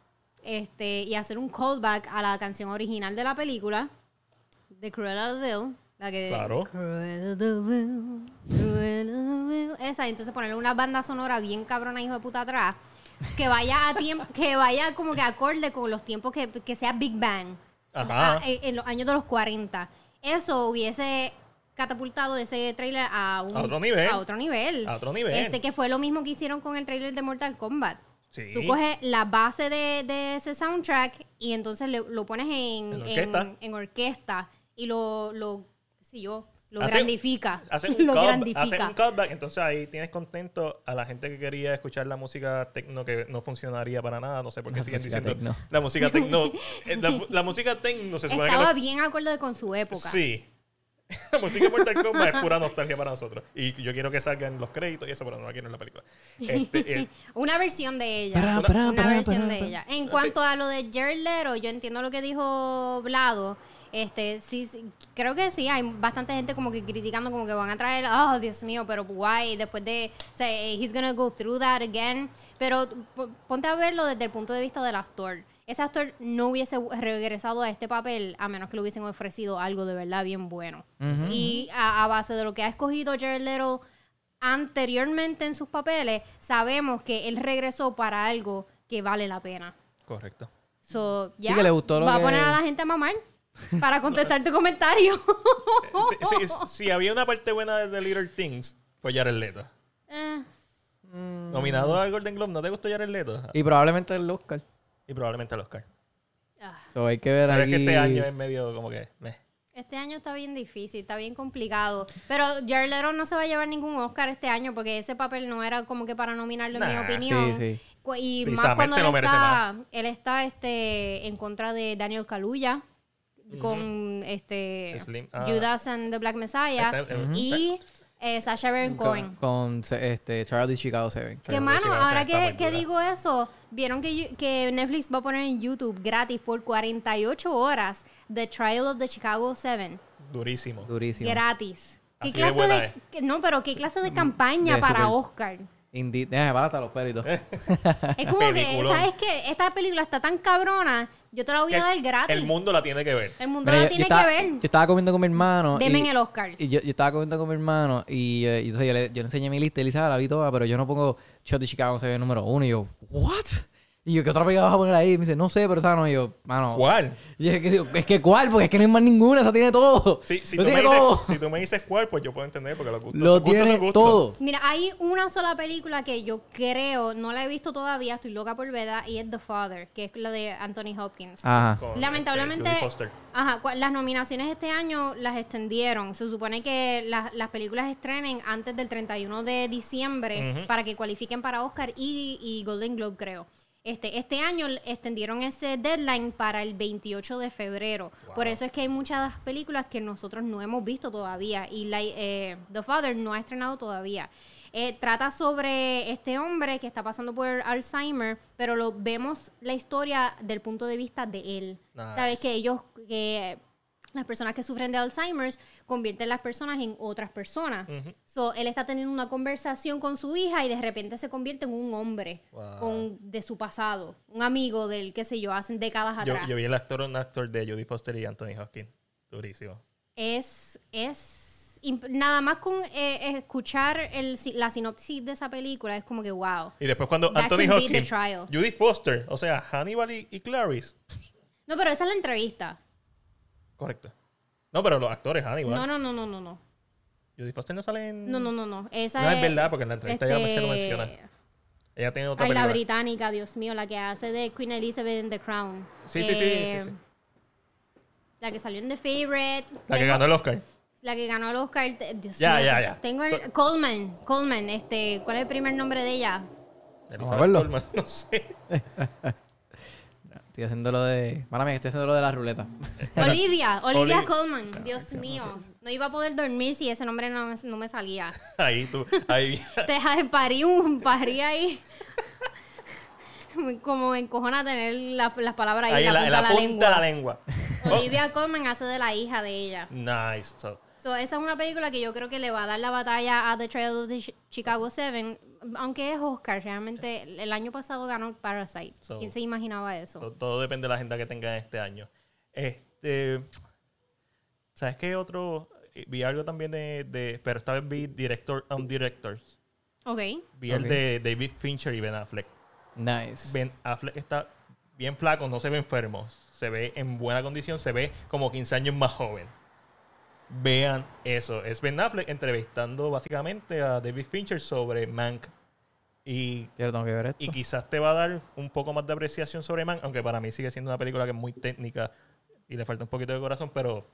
Speaker 3: este, y hacer un callback a la canción original de la película de Cruella de Vil. La que
Speaker 2: Claro.
Speaker 3: Cruella de Vil, Cruella de Vil. Esa, y entonces ponerle una banda sonora bien cabrona, hijo de puta, atrás. que vaya a tiempo, que vaya como que acorde con los tiempos que, que sea Big Bang.
Speaker 2: Ajá.
Speaker 3: Ah, eh, en los años de los 40. Eso hubiese catapultado ese trailer a, un,
Speaker 2: A otro nivel.
Speaker 3: A otro nivel.
Speaker 2: A otro nivel.
Speaker 3: Este, que fue lo mismo que hicieron con el trailer de Mortal Kombat.
Speaker 2: Sí.
Speaker 3: Tú coges la base de, de ese soundtrack y entonces le- lo pones en,
Speaker 2: En orquesta.
Speaker 3: en orquesta y lo, lo qué sé yo, lo
Speaker 2: Hace-
Speaker 3: grandifica. (laughs)
Speaker 2: Hacen un,
Speaker 3: lo
Speaker 2: callback, hacen
Speaker 3: grandifica.
Speaker 2: un callback, entonces ahí tienes contento a la gente que quería escuchar la música tecno que no funcionaría para nada, no sé por qué
Speaker 1: La
Speaker 2: siguen
Speaker 1: música
Speaker 2: diciendo
Speaker 1: tecno.
Speaker 2: la música
Speaker 3: (laughs)
Speaker 2: tecno. eh, la, la música tecno se supone
Speaker 3: Estaba
Speaker 2: que
Speaker 3: bien acorde con su
Speaker 2: no-
Speaker 3: época.
Speaker 2: Sí. (laughs) La música de Mortal Kombat es pura nostalgia para nosotros. Y yo quiero que salgan los créditos y eso, pero no la quiero en la película. Este,
Speaker 3: (laughs)
Speaker 2: eh,
Speaker 3: Una versión de ella.
Speaker 1: Pará,
Speaker 3: una
Speaker 1: pará,
Speaker 3: una
Speaker 1: pará,
Speaker 3: versión
Speaker 1: pará,
Speaker 3: de
Speaker 1: pará.
Speaker 3: ella. En cuanto a lo de Jared Leto, yo entiendo lo que dijo Vlado. Este, sí, sí, creo que sí, hay bastante gente como que criticando como que van a traer, oh, Dios mío, pero guay, después de, o sea, eh, he's gonna go through that again. Pero p- ponte a verlo desde el punto de vista del actor. Ese actor no hubiese regresado a este papel a menos que le hubiesen ofrecido algo de verdad bien bueno. Y a, a base de lo que ha escogido Jared Leto anteriormente en sus papeles, sabemos que él regresó para algo que vale la pena.
Speaker 2: correcto.
Speaker 3: So, ya.
Speaker 1: que le gustó lo
Speaker 3: Va a
Speaker 1: que-
Speaker 3: poner a la gente
Speaker 1: (laughs)
Speaker 3: a mamar para contestar tu comentario.
Speaker 2: Eh, si, si- si había una parte buena de The Little Things, fue Jared Leto.
Speaker 3: Eh,
Speaker 2: Nominado al Golden Globe, ¿no te gustó Jared Leto?
Speaker 1: (laughs) Y probablemente el Oscar.
Speaker 2: Y probablemente al Oscar.
Speaker 3: ah,
Speaker 1: So, hay que ver
Speaker 2: Pero es
Speaker 1: aquí.
Speaker 2: que este año es medio como que... meh.
Speaker 3: Este año está bien difícil, está bien complicado. Pero Jared Leto no se va a llevar ningún Oscar este año porque ese papel no era como que para nominarlo, en
Speaker 2: Nah,
Speaker 3: mi opinión.
Speaker 1: sí, sí.
Speaker 3: Cu- Y
Speaker 2: Lisa
Speaker 3: más
Speaker 2: Met
Speaker 3: cuando
Speaker 2: se
Speaker 3: él
Speaker 2: lo merece
Speaker 3: está,
Speaker 2: más.
Speaker 3: él está este, en contra de Daniel Kaluuya con este
Speaker 2: Slim, ah.
Speaker 3: Judas and the Black Messiah
Speaker 2: Está- eh,
Speaker 3: y eh, Sacha Baron Cohen.
Speaker 1: Con, con se- este, Charlie Chicago 7.
Speaker 3: Que
Speaker 2: Pero
Speaker 3: mano,
Speaker 2: Jessica
Speaker 3: ahora
Speaker 2: Lanzani está
Speaker 3: que,
Speaker 2: muy
Speaker 3: que
Speaker 2: dura.
Speaker 3: digo eso, vieron que, yo- que Netflix va a poner en YouTube gratis por 48 horas The Trial of the Chicago 7.
Speaker 2: Durísimo.
Speaker 1: Durísimo.
Speaker 3: Gratis. ¿Qué
Speaker 2: Así de
Speaker 3: clase
Speaker 2: buena
Speaker 3: de,
Speaker 2: es.
Speaker 3: que- no, pero qué clase de campaña
Speaker 1: de
Speaker 3: para
Speaker 1: super-
Speaker 3: Oscar?
Speaker 1: Indeed. Déjame parar hasta los pelitos.
Speaker 2: (laughs)
Speaker 3: Es como que,
Speaker 2: Peliculón.
Speaker 3: ¿sabes qué? Esta película está tan cabrona, yo te la voy a dar gratis.
Speaker 2: El mundo la tiene que ver.
Speaker 3: El mundo
Speaker 1: Mira, yo- yo
Speaker 3: la tiene
Speaker 1: estaba-
Speaker 3: que ver.
Speaker 1: Yo estaba comiendo con mi hermano.
Speaker 3: Deme
Speaker 1: y-
Speaker 3: en el Oscar.
Speaker 1: Y yo, yo estaba comiendo con mi hermano y eh, y entonces yo, le, yo le enseñé mi lista y él dice, "Ah, la vi toda, pero yo no pongo Shot de Chicago, se ve número uno. Y yo, ¿what? Y yo, ¿qué otra película vas a poner ahí? Y me dice, no sé, pero esa no. Y yo, mano.
Speaker 2: ¿Cuál?
Speaker 1: Y es que, digo, es que ¿cuál? Porque es que no hay más ninguna, esa tiene todo.
Speaker 2: Si, si,
Speaker 1: lo
Speaker 2: tú me
Speaker 1: tiene
Speaker 2: dices,
Speaker 1: todo.
Speaker 2: si tú me dices cuál, pues yo puedo entender porque los gustos
Speaker 1: Lo
Speaker 2: los gustos son
Speaker 1: tiene
Speaker 2: gustos.
Speaker 1: todo.
Speaker 3: Mira, hay una sola película que yo creo, no la he visto todavía, estoy loca por verla, y es The Father, que es la de Anthony Hopkins.
Speaker 1: Ajá.
Speaker 2: Con,
Speaker 3: Lamentablemente,
Speaker 2: este, Judy Foster.
Speaker 3: ajá, cua- las nominaciones este año las extendieron. Se supone que las, las películas estrenen antes del 31 de diciembre
Speaker 2: Ujú.
Speaker 3: para que cualifiquen para Oscar y, y Golden Globe, creo. Este, este año l- extendieron ese deadline para el 28 de febrero. Por eso es que hay muchas películas que nosotros no hemos visto todavía y la- eh, The Father no ha estrenado todavía. Eh, trata sobre este hombre que está pasando por Alzheimer, pero lo vemos la historia del punto de vista de él.
Speaker 2: Nice.
Speaker 3: Sabes que ellos, que las personas que sufren de Alzheimer convierten las personas en otras personas. So, él está teniendo una conversación con su hija y de repente se convierte en un hombre
Speaker 2: Wow.
Speaker 3: con, de su pasado, un amigo del, qué sé yo, hace décadas
Speaker 2: Yo,
Speaker 3: atrás.
Speaker 2: yo vi el actor, un actor de Judy Foster y Anthony Hopkins. Durísimo.
Speaker 3: Es, es imp- nada más con eh, escuchar el, si- la sinopsis de esa película es como que wow.
Speaker 2: Y después cuando
Speaker 3: That
Speaker 2: Anthony
Speaker 3: could be the
Speaker 2: Hopkins,
Speaker 3: trial.
Speaker 2: Judy Foster, o sea, Hannibal y, y Clarice.
Speaker 3: No, pero esa es la entrevista.
Speaker 2: Correcto. No, pero los actores, Hannibal.
Speaker 3: No, no, no, no, no, no.
Speaker 2: Judy Foster no sale en...
Speaker 3: No, no, no, no. Esa
Speaker 2: No, es
Speaker 3: es este,
Speaker 2: verdad, porque en la entrevista ya se lo menciona. Ella tiene otra
Speaker 3: Ay, la
Speaker 2: película.
Speaker 3: británica, Dios mío, la que hace de Queen Elizabeth in The Crown.
Speaker 2: Sí, sí, sí,
Speaker 3: Eh,
Speaker 2: sí, sí.
Speaker 3: La que salió en The Favorite.
Speaker 2: La que
Speaker 3: Tengo-
Speaker 2: ganó el Oscar.
Speaker 3: La que ganó el Oscar. te- Dios
Speaker 2: Ya,
Speaker 3: mío.
Speaker 2: ya, ya.
Speaker 3: Tengo el, Coleman. Coleman, este, ¿cuál es el primer nombre de ella?
Speaker 1: Vamos a verlo.
Speaker 2: Elizabeth Colman, (laughs) No sé.
Speaker 1: Estoy haciendo lo de... Mala mía, estoy haciendo lo de la ruleta.
Speaker 3: Olivia, Olivia
Speaker 2: Oli-
Speaker 3: Coleman. Dios mío. No iba a poder dormir si ese nombre no me, no me salía. (laughs)
Speaker 2: Ahí tú, ahí...
Speaker 3: Te deja de parir un parí ahí. (laughs) Como me encojona tener la- las palabras ahí,
Speaker 2: Ahí
Speaker 3: en
Speaker 2: en
Speaker 3: la,
Speaker 2: la, en la
Speaker 3: punta de la
Speaker 2: punta de la
Speaker 3: lengua.
Speaker 2: lengua. Oh,
Speaker 3: Olivia Colman hace de la hija de ella.
Speaker 2: Nice. So,
Speaker 3: So, esa es una película que yo creo que le va a dar la batalla a The Trial of the Chi- Chicago 7, aunque es Oscar, realmente el el año pasado ganó Parasite.
Speaker 2: So-
Speaker 3: ¿Quién se imaginaba eso?
Speaker 2: to- todo depende de la agenda que tengan este año. Este. ¿Sabes qué otro? Eh, Vi algo también de. de- pero esta vez vi Director on Directors.
Speaker 3: Ok.
Speaker 2: Vi el de David Fincher y Ben Affleck.
Speaker 1: Nice.
Speaker 2: Ben Affleck está bien flaco, no se ve enfermo. Se ve en buena condición, se ve como 15 años más joven. Vean eso. Es Ben Affleck entrevistando básicamente a David Fincher sobre Mank. Y,
Speaker 1: Yo tengo que ver esto.
Speaker 2: y quizás te va a dar un poco más de apreciación sobre Mank, aunque para mí sigue siendo una película que es muy técnica y le falta un poquito de corazón, pero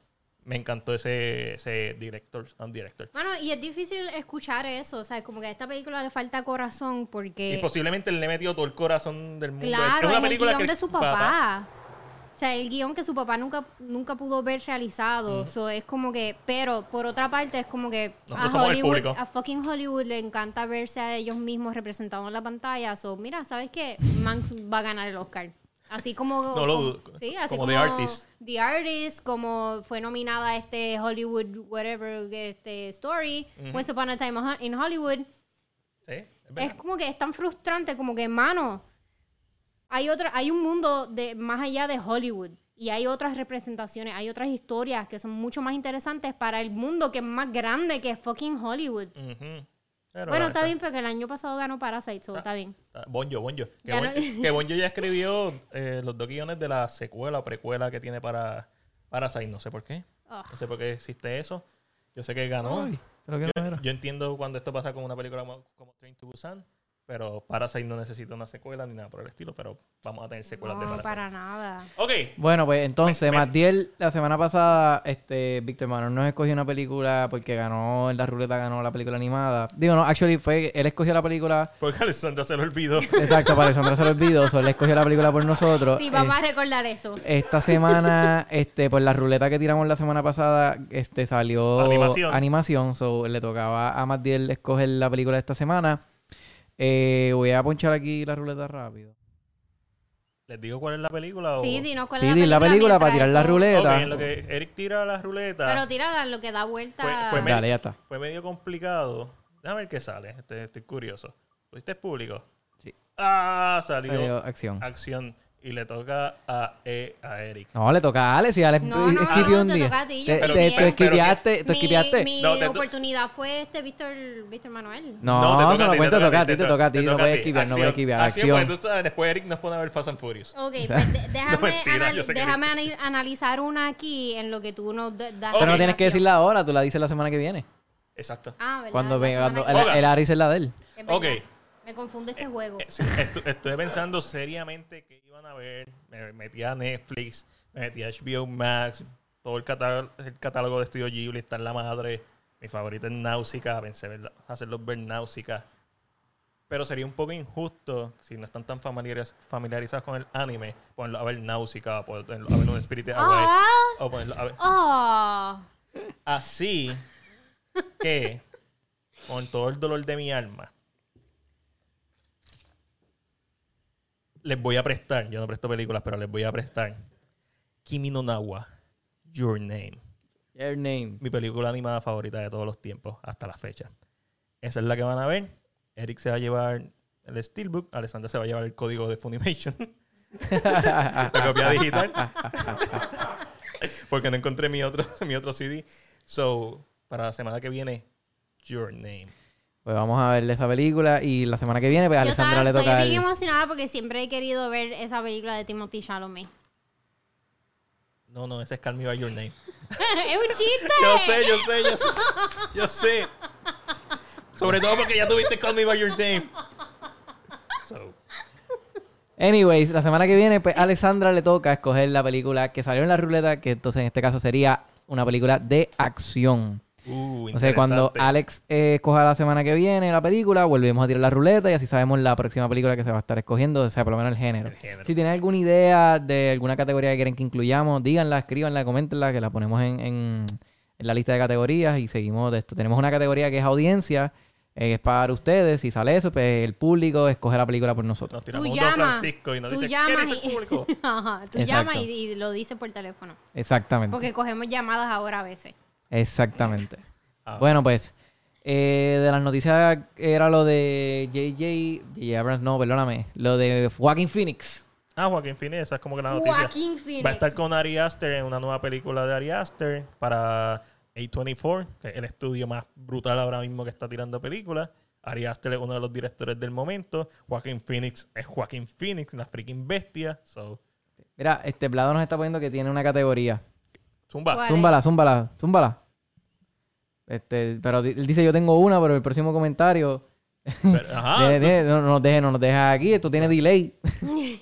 Speaker 2: me encantó ese, ese director and director.
Speaker 3: Mano, y es difícil escuchar eso, o sea, como que a esta película le falta corazón porque...
Speaker 2: Y posiblemente él le metió todo el corazón del mundo.
Speaker 3: Claro, es, el guión
Speaker 2: que-
Speaker 3: de su papá. O sea, el guión que su papá nunca, nunca pudo ver realizado. So, es como que, pero por otra parte es como que a
Speaker 2: Nosotros somos el
Speaker 3: Hollywood,
Speaker 2: público.
Speaker 3: a fucking Hollywood le encanta verse a ellos mismos representados en la pantalla. So, mira, ¿sabes qué? Manx va a ganar el Oscar. Así como,
Speaker 2: (laughs) No lo dudo.
Speaker 3: como- sí, así
Speaker 2: Como
Speaker 3: como,
Speaker 2: The Artist.
Speaker 3: The Artist, como fue nominada a este Hollywood whatever este story, Once Upon a Time in Hollywood.
Speaker 2: Sí, es verdad.
Speaker 3: Es como que es tan frustrante, como que, mano, hay otra, hay un mundo de más allá de Hollywood y hay otras representaciones, hay otras historias que son mucho más interesantes para el mundo que es más grande que fucking Hollywood.
Speaker 2: Ujú. Pero
Speaker 3: bueno,
Speaker 2: la-
Speaker 3: está bien porque el año pasado ganó Parasite, so, está bien.
Speaker 2: Ah, Bonjo, Bonjo. Que,
Speaker 3: Ya
Speaker 2: Bon-
Speaker 3: (laughs) no-
Speaker 2: que Bonjo ya escribió eh, los dos guiones de la secuela o precuela que tiene para Parasite. No sé por qué.
Speaker 3: Ugh.
Speaker 2: No sé por qué existe eso. Yo sé que ganó.
Speaker 1: Ay, se lo que no era.
Speaker 2: Yo entiendo cuando esto pasa con una película como, como Train to Busan, pero Parasite no necesita una secuela ni nada por el estilo, pero vamos a tener secuelas de
Speaker 3: No,
Speaker 2: Parasite.
Speaker 3: para nada.
Speaker 2: Ok,
Speaker 1: Bueno, pues entonces,
Speaker 2: Me- me-
Speaker 1: Matiel, la semana pasada, este, Víctor Manuel nos escogió una película porque ganó, en la ruleta ganó la película animada. Digo, no, actually, fue, él escogió la película,
Speaker 2: porque a Alessandra pues se lo olvidó. (laughs)
Speaker 1: exacto, para Alessandra se lo olvidó, so, él escogió la película por nosotros.
Speaker 3: Sí,
Speaker 1: Eh,
Speaker 3: vamos a recordar eso.
Speaker 1: esta semana, este, por la ruleta que tiramos la semana pasada, este, salió
Speaker 2: Animación.
Speaker 1: animación, so, le tocaba a Matiel escoger la película de esta semana. Eh, voy a ponchar aquí la ruleta rápido.
Speaker 2: ¿Les digo cuál es la película? O...
Speaker 3: Sí, dinos cuál
Speaker 1: Sí,
Speaker 3: es
Speaker 1: di la película para tirar
Speaker 3: mientras
Speaker 1: la
Speaker 3: eso-
Speaker 2: Ok,
Speaker 1: ruleta.
Speaker 2: en lo que Eric tira la ruleta.
Speaker 3: Pero tírala lo que da vuelta.
Speaker 2: Fue- fue medio-
Speaker 1: Dale, ya está.
Speaker 2: Fue medio complicado. Déjame ver qué sale. Este, estoy curioso. ¿Tuviste público?
Speaker 1: Sí.
Speaker 2: Ah, salió
Speaker 1: Salió acción.
Speaker 2: acción. Y le toca a, E- a Eric.
Speaker 1: No, le toca a Alex y Alex
Speaker 3: No, no, no,
Speaker 1: esquipió un
Speaker 3: te
Speaker 1: día.
Speaker 3: toca a ti, yo
Speaker 1: Te- te-
Speaker 2: Pero- pero-
Speaker 1: tú esquipiaste, tú
Speaker 3: mi
Speaker 1: esquipiaste.
Speaker 3: mi
Speaker 2: No, te-
Speaker 3: oportunidad fue este Víctor, Víctor Manuel.
Speaker 1: No,
Speaker 2: te toca
Speaker 1: se
Speaker 2: a
Speaker 1: lo
Speaker 2: ti,
Speaker 1: cuento, te toca a ti,
Speaker 2: te
Speaker 1: te toca a ti,
Speaker 2: te
Speaker 1: no
Speaker 2: toca
Speaker 1: puedes esquivar, no puedes
Speaker 2: Acción,
Speaker 1: esquivar,
Speaker 2: porque
Speaker 1: acción. pues,
Speaker 2: tú sabes, después Eric nos pone a ver Fast and Furious.
Speaker 3: Ok,
Speaker 1: sea,
Speaker 2: (laughs)
Speaker 3: pues de- déjame,
Speaker 2: mentira,
Speaker 3: anali-
Speaker 2: yo sé que
Speaker 3: déjame anali- analizar una aquí en lo que tú nos da- das.
Speaker 1: Pero no
Speaker 2: Ok.
Speaker 1: tienes que decirla ahora, tú la dices la semana que viene.
Speaker 2: Exacto.
Speaker 3: Ah, ¿verdad?
Speaker 1: Cuando
Speaker 3: La
Speaker 1: venga,
Speaker 3: semana
Speaker 1: cuando
Speaker 3: que
Speaker 1: el,
Speaker 2: Oiga.
Speaker 1: el Aries es la de él.
Speaker 3: viene. Es verdad.
Speaker 2: Ok.
Speaker 3: Me confunde este juego.
Speaker 2: Eh, sí, estu- estuve pensando seriamente qué iban a ver. Me metí a Netflix, me metí a HBO Max, todo el catálogo, el catálogo de Estudio Ghibli está en la madre. Mi favorita es Náusica, pensé verla- hacerlos ver Náusica. Pero sería un poco injusto si no están tan familiariz- familiarizados con el anime, ponerlo a ver Náusica, ponerlo a ver un Spirit Away,
Speaker 3: Ah,
Speaker 2: o ponerlo a ver.
Speaker 3: ah.
Speaker 2: Así que, con todo el dolor de mi alma, les voy a prestar, yo no presto películas, pero les voy a prestar Kimi no Nawa, Your Name,
Speaker 1: Your name.
Speaker 2: mi película animada favorita de todos los tiempos hasta la fecha. Esa es la que van a ver. Eric se va a llevar el Steelbook, Alessandra se va a llevar el código de Funimation, (laughs) la copia digital, porque no encontré mi otro, (laughs) mi otro CD. So, para la semana que viene, Your Name.
Speaker 1: Pues vamos a ver esa película y la semana que viene, pues a
Speaker 3: Yo
Speaker 1: Alessandra
Speaker 3: estaba,
Speaker 1: le
Speaker 3: estoy
Speaker 1: toca
Speaker 3: bien
Speaker 1: el-
Speaker 3: emocionada porque siempre he querido ver esa película de
Speaker 1: (laughs)
Speaker 3: Timothy Chalamet.
Speaker 2: No, no, ese es Call Me By Your Name.
Speaker 3: es un chiste.
Speaker 2: Yo sé, yo sé, yo sé. Yo sé. Sobre todo porque ya tuviste Call Me By Your Name. So,
Speaker 1: Anyways, la semana que viene, pues a Alessandra le toca escoger la película que salió en la ruleta, que entonces en este caso sería una película de acción.
Speaker 2: uh,
Speaker 1: O sea, cuando
Speaker 2: interesante.
Speaker 1: Alex eh, escoja la semana que viene la película, volvemos a tirar la ruleta y así sabemos la próxima película que se va a estar escogiendo, o sea, por lo menos el género.
Speaker 2: El género.
Speaker 1: Si tienen alguna idea de alguna categoría que quieren que incluyamos, díganla, escríbanla, coméntenla, que la ponemos en, en- en la lista de categorías y seguimos de esto. Tenemos una categoría que es audiencia, eh, es para ustedes, si sale eso, pues el público escoge la película por nosotros.
Speaker 2: Nos tiramos
Speaker 3: Tú
Speaker 2: un Don
Speaker 3: llamas,
Speaker 2: Francisco y nos
Speaker 3: tú
Speaker 2: dice, ¿qué
Speaker 3: llamas
Speaker 2: dice el
Speaker 3: y-
Speaker 2: público?
Speaker 3: (laughs) Ajá, tú
Speaker 1: Exacto.
Speaker 3: llamas y, y lo dices por teléfono.
Speaker 1: Exactamente.
Speaker 3: Porque cogemos llamadas ahora a veces.
Speaker 1: Exactamente.
Speaker 2: Ah.
Speaker 1: Bueno, pues, eh, de las noticias era lo de JJ, JJ Abrams, no, perdóname, lo de Joaquin Phoenix.
Speaker 2: Ah, Joaquín Phoenix, esa es como que la noticia.
Speaker 3: Joaquín Phoenix.
Speaker 2: Va a estar con Ari Aster en una nueva película de Ari Aster para A24, que es el estudio más brutal ahora mismo que está tirando películas. Ari Aster es uno de los directores del momento. Joaquín Phoenix es Joaquín Phoenix, la freaking bestia. So,
Speaker 1: Mira, este Blado nos está poniendo que tiene una categoría.
Speaker 2: zumba.
Speaker 3: ¿Cuál? Vale.
Speaker 1: Zúmbala, zúmbala, zúmbala. Este, pero di- él dice yo tengo una, pero el próximo comentario (laughs)
Speaker 2: Pero, ajá,
Speaker 1: de- de- no, no nos deje, no nos deja aquí, esto tiene delay. (laughs)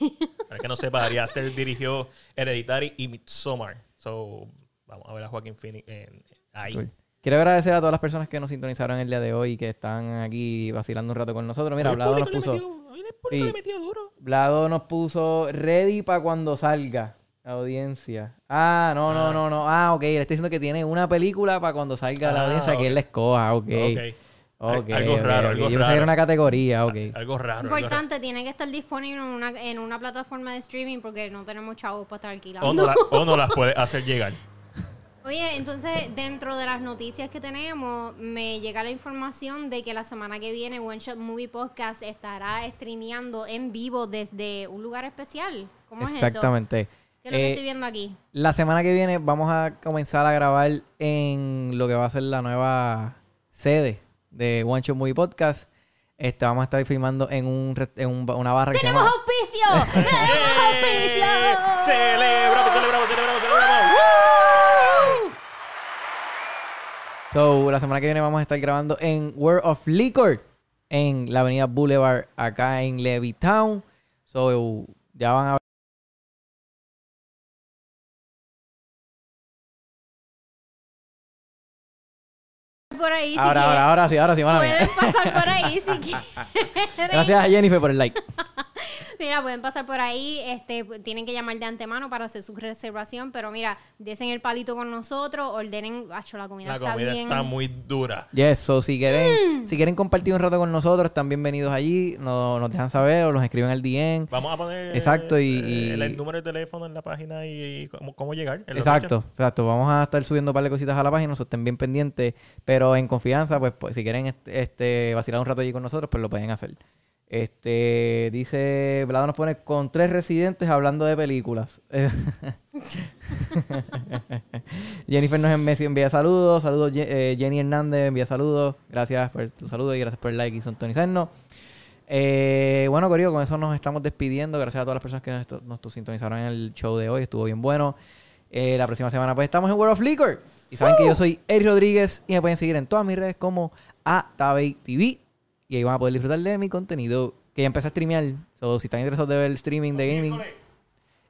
Speaker 2: Para el que no sepa, Ari Aster dirigió Hereditary y Midsommar. So, vamos a ver a Joaquín Phoenix en- ahí.
Speaker 1: Cool. Quiero agradecer a todas las personas que nos sintonizaron el día de hoy y que están aquí vacilando un rato con nosotros. Mira,
Speaker 2: Hoy el
Speaker 1: Blado nos puso,
Speaker 2: público le metió- hoy el público
Speaker 1: Sí.
Speaker 2: le metió duro.
Speaker 1: Blado nos puso ready para cuando salga la audiencia. Ah, no, no,
Speaker 2: Ah.
Speaker 1: no, no. Ah, ok, le estoy diciendo que tiene una película para cuando salga la
Speaker 2: Ah,
Speaker 1: audiencia que
Speaker 2: ok.
Speaker 1: él la escoja, ok.
Speaker 2: Ok.
Speaker 1: Ok,
Speaker 2: Algo
Speaker 1: ok,
Speaker 2: raro,
Speaker 1: ok. Yo
Speaker 2: algo
Speaker 1: pensé que
Speaker 2: raro. Ah,
Speaker 1: era una categoría, ok.
Speaker 2: Algo raro. algo raro.
Speaker 3: Importante, tiene que estar disponible en una, en una plataforma de streaming porque no tenemos chavos para estar alquilando.
Speaker 2: O no, la- o no las puede hacer
Speaker 3: (laughs)
Speaker 2: llegar.
Speaker 3: Oye, entonces, dentro de las noticias que tenemos, me llega la información de que la semana que viene One Shot Movie Podcast estará streameando en vivo desde un lugar especial. ¿Cómo es eso?
Speaker 1: Exactamente.
Speaker 3: ¿Qué es lo que
Speaker 1: Eh,
Speaker 3: estoy viendo aquí?
Speaker 1: La semana que viene vamos a comenzar a grabar en lo que va a ser la nueva sede de One Shot Movie Podcast. Este, vamos a estar filmando en, un, re- en un ba- una barra que se
Speaker 3: ¡Tenemos
Speaker 1: llama- (laughs)
Speaker 3: auspicio! ¡Tenemos
Speaker 2: ¡Eh!
Speaker 3: auspicio!
Speaker 2: ¡Celebramos, celebramos, celebramos, celebramos!
Speaker 1: So, la semana que viene vamos a estar grabando en World of Liquor en la avenida Boulevard acá en Levittown. So, ya van a
Speaker 3: Por ahí, si
Speaker 1: Ahora, ahora, ahora sí, ahora sí, van a
Speaker 3: quieren. Pueden pasar por ahí si quieren.
Speaker 1: (laughs) Gracias a Jennifer por el like.
Speaker 3: Mira, pueden pasar por ahí, este, tienen que llamar de antemano para hacer su reservación, pero mira, desen el palito con nosotros, ordenen, acho, la comida
Speaker 2: La
Speaker 3: está
Speaker 2: comida
Speaker 3: bien.
Speaker 2: está muy dura.
Speaker 1: Yes, so si quieren, si quieren compartir un rato con nosotros, están bienvenidos allí. No- Nos, dejan saber o nos escriben al DM.
Speaker 2: Vamos a poner
Speaker 1: Exacto, y- y-
Speaker 2: eh, el número de teléfono en la página y, y cómo, cómo llegar. en la
Speaker 1: Exacto, exacto. Vamos a estar subiendo un par de cositas a la página, so estén bien pendientes. Pero en confianza, pues, pues, si quieren este, este, vacilar un rato allí con nosotros, pues lo pueden hacer. Este, dice, Vlado nos pone con tres residentes hablando de películas. (laughs) Jennifer nos envi- envía saludos. Saludos, Ye- eh, Jenny Hernández envía saludos. Gracias por tu saludo y gracias por el like y sintonizarnos. Eh, bueno, Corio, con eso nos estamos despidiendo. Gracias a todas las personas que nos, estu- nos tu- sintonizaron en el show de hoy. Estuvo bien bueno. Eh, la próxima semana pues estamos en World of Liquor. Y saben que yo soy Eric Rodríguez y me pueden seguir en todas mis redes como Atabey TV. Y ahí van a poder disfrutar de mi contenido que ya empecé a streamear. So, si están interesados de ver el streaming de gaming.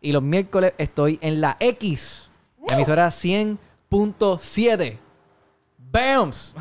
Speaker 1: Y los miércoles estoy en la X, la emisora 100.7. ¡Bams!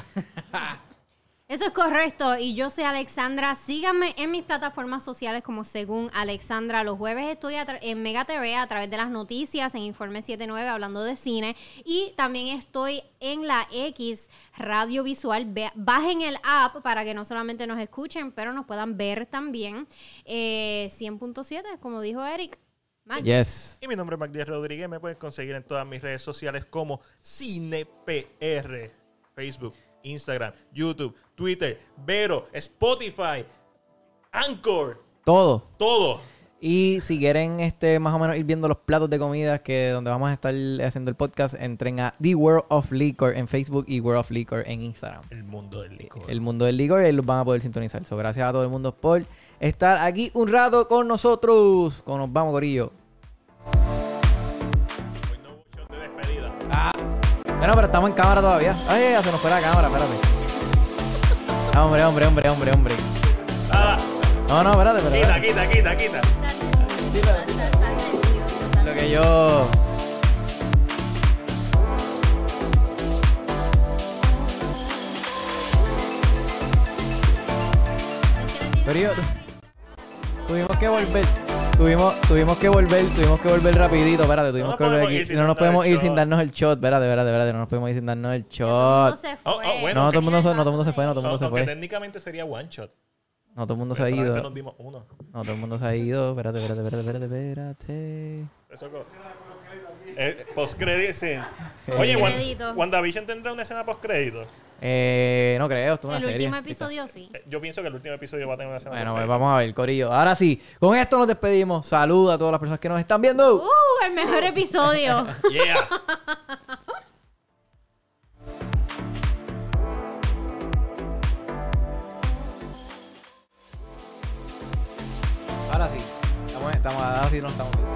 Speaker 3: Eso es correcto. Y yo soy Alexandra. Síganme en mis plataformas sociales como según Alexandra. Los jueves estoy a tra- en Mega TV a través de las noticias en Informe 79 hablando de cine. Y también estoy en la X Radio Visual. Ve- Bajen el app para que no solamente nos escuchen, pero nos puedan ver también. Eh, 100.7, como dijo Eric. Mike.
Speaker 1: Yes.
Speaker 2: Y mi nombre es Mac Díaz Rodríguez. Me pueden conseguir en todas mis redes sociales como CinePR, Facebook, Instagram, YouTube, Twitter, Vero, Spotify, Anchor,
Speaker 1: Todo.
Speaker 2: todo.
Speaker 1: Y si quieren este, más o menos ir viendo los platos de comida que donde vamos a estar haciendo el podcast, entren a The World of Liquor en Facebook y World of Liquor en Instagram.
Speaker 2: El mundo del licor.
Speaker 1: El mundo del licor y ahí los van a poder sintonizar. So, gracias a todo el mundo por estar aquí un rato con nosotros. Con nos vamos, Corillo.
Speaker 2: Hoy no hubo shot de despedida.
Speaker 1: Bueno, pero estamos en cámara todavía. Ay, se nos fue la cámara, espérate. Ah, hombre, hombre, hombre, hombre, hombre.
Speaker 2: Ah,
Speaker 1: No, no, espérate, espérate.
Speaker 2: quita, quita, quita, quita.
Speaker 1: Lo que yo. Pero yo. Tuvimos que volver. Tuvimos, tuvimos que volver, tuvimos que volver rapidito, espérate, tuvimos
Speaker 2: nos
Speaker 1: que volver
Speaker 2: podemos ir
Speaker 1: aquí.
Speaker 2: sin
Speaker 1: No nos
Speaker 2: darnos
Speaker 1: podemos
Speaker 2: el
Speaker 1: ir sin
Speaker 2: shot.
Speaker 1: darnos el shot, espérate, espérate, espérate, no nos podemos ir sin darnos el
Speaker 3: Todo el mundo
Speaker 1: shot.
Speaker 3: se fue.
Speaker 2: Oh, oh, bueno.
Speaker 1: No, todo el mundo se, no, todo el mundo se fue, no, todo el mundo
Speaker 2: Aunque
Speaker 1: se fue.
Speaker 2: técnicamente sería one shot.
Speaker 1: No, todo el mundo se ha
Speaker 2: Pero solamente
Speaker 1: ido.
Speaker 2: nos dimos uno.
Speaker 1: No, todo el mundo se ha ido. Espérate, espérate, espérate, espérate,
Speaker 2: Eso co- Eh, Postcrédito, sí. Oye, Wan-
Speaker 3: Postcrédito.
Speaker 2: WandaVision tendrá una escena postcrédito.
Speaker 1: espérate. Eh, no creo, esto es una
Speaker 3: El
Speaker 1: serie.
Speaker 3: último episodio sí.
Speaker 2: Eh, Yo pienso que el último episodio va a tener una escena
Speaker 1: Bueno, pues
Speaker 2: postcrédito.
Speaker 1: vamos a ver, Corillo. Ahora sí, con esto nos despedimos. Saludos a todas las personas que nos están viendo.
Speaker 3: ¡Uh! El mejor
Speaker 1: (laughs)
Speaker 3: episodio.
Speaker 2: Yeah.
Speaker 1: así no estamos.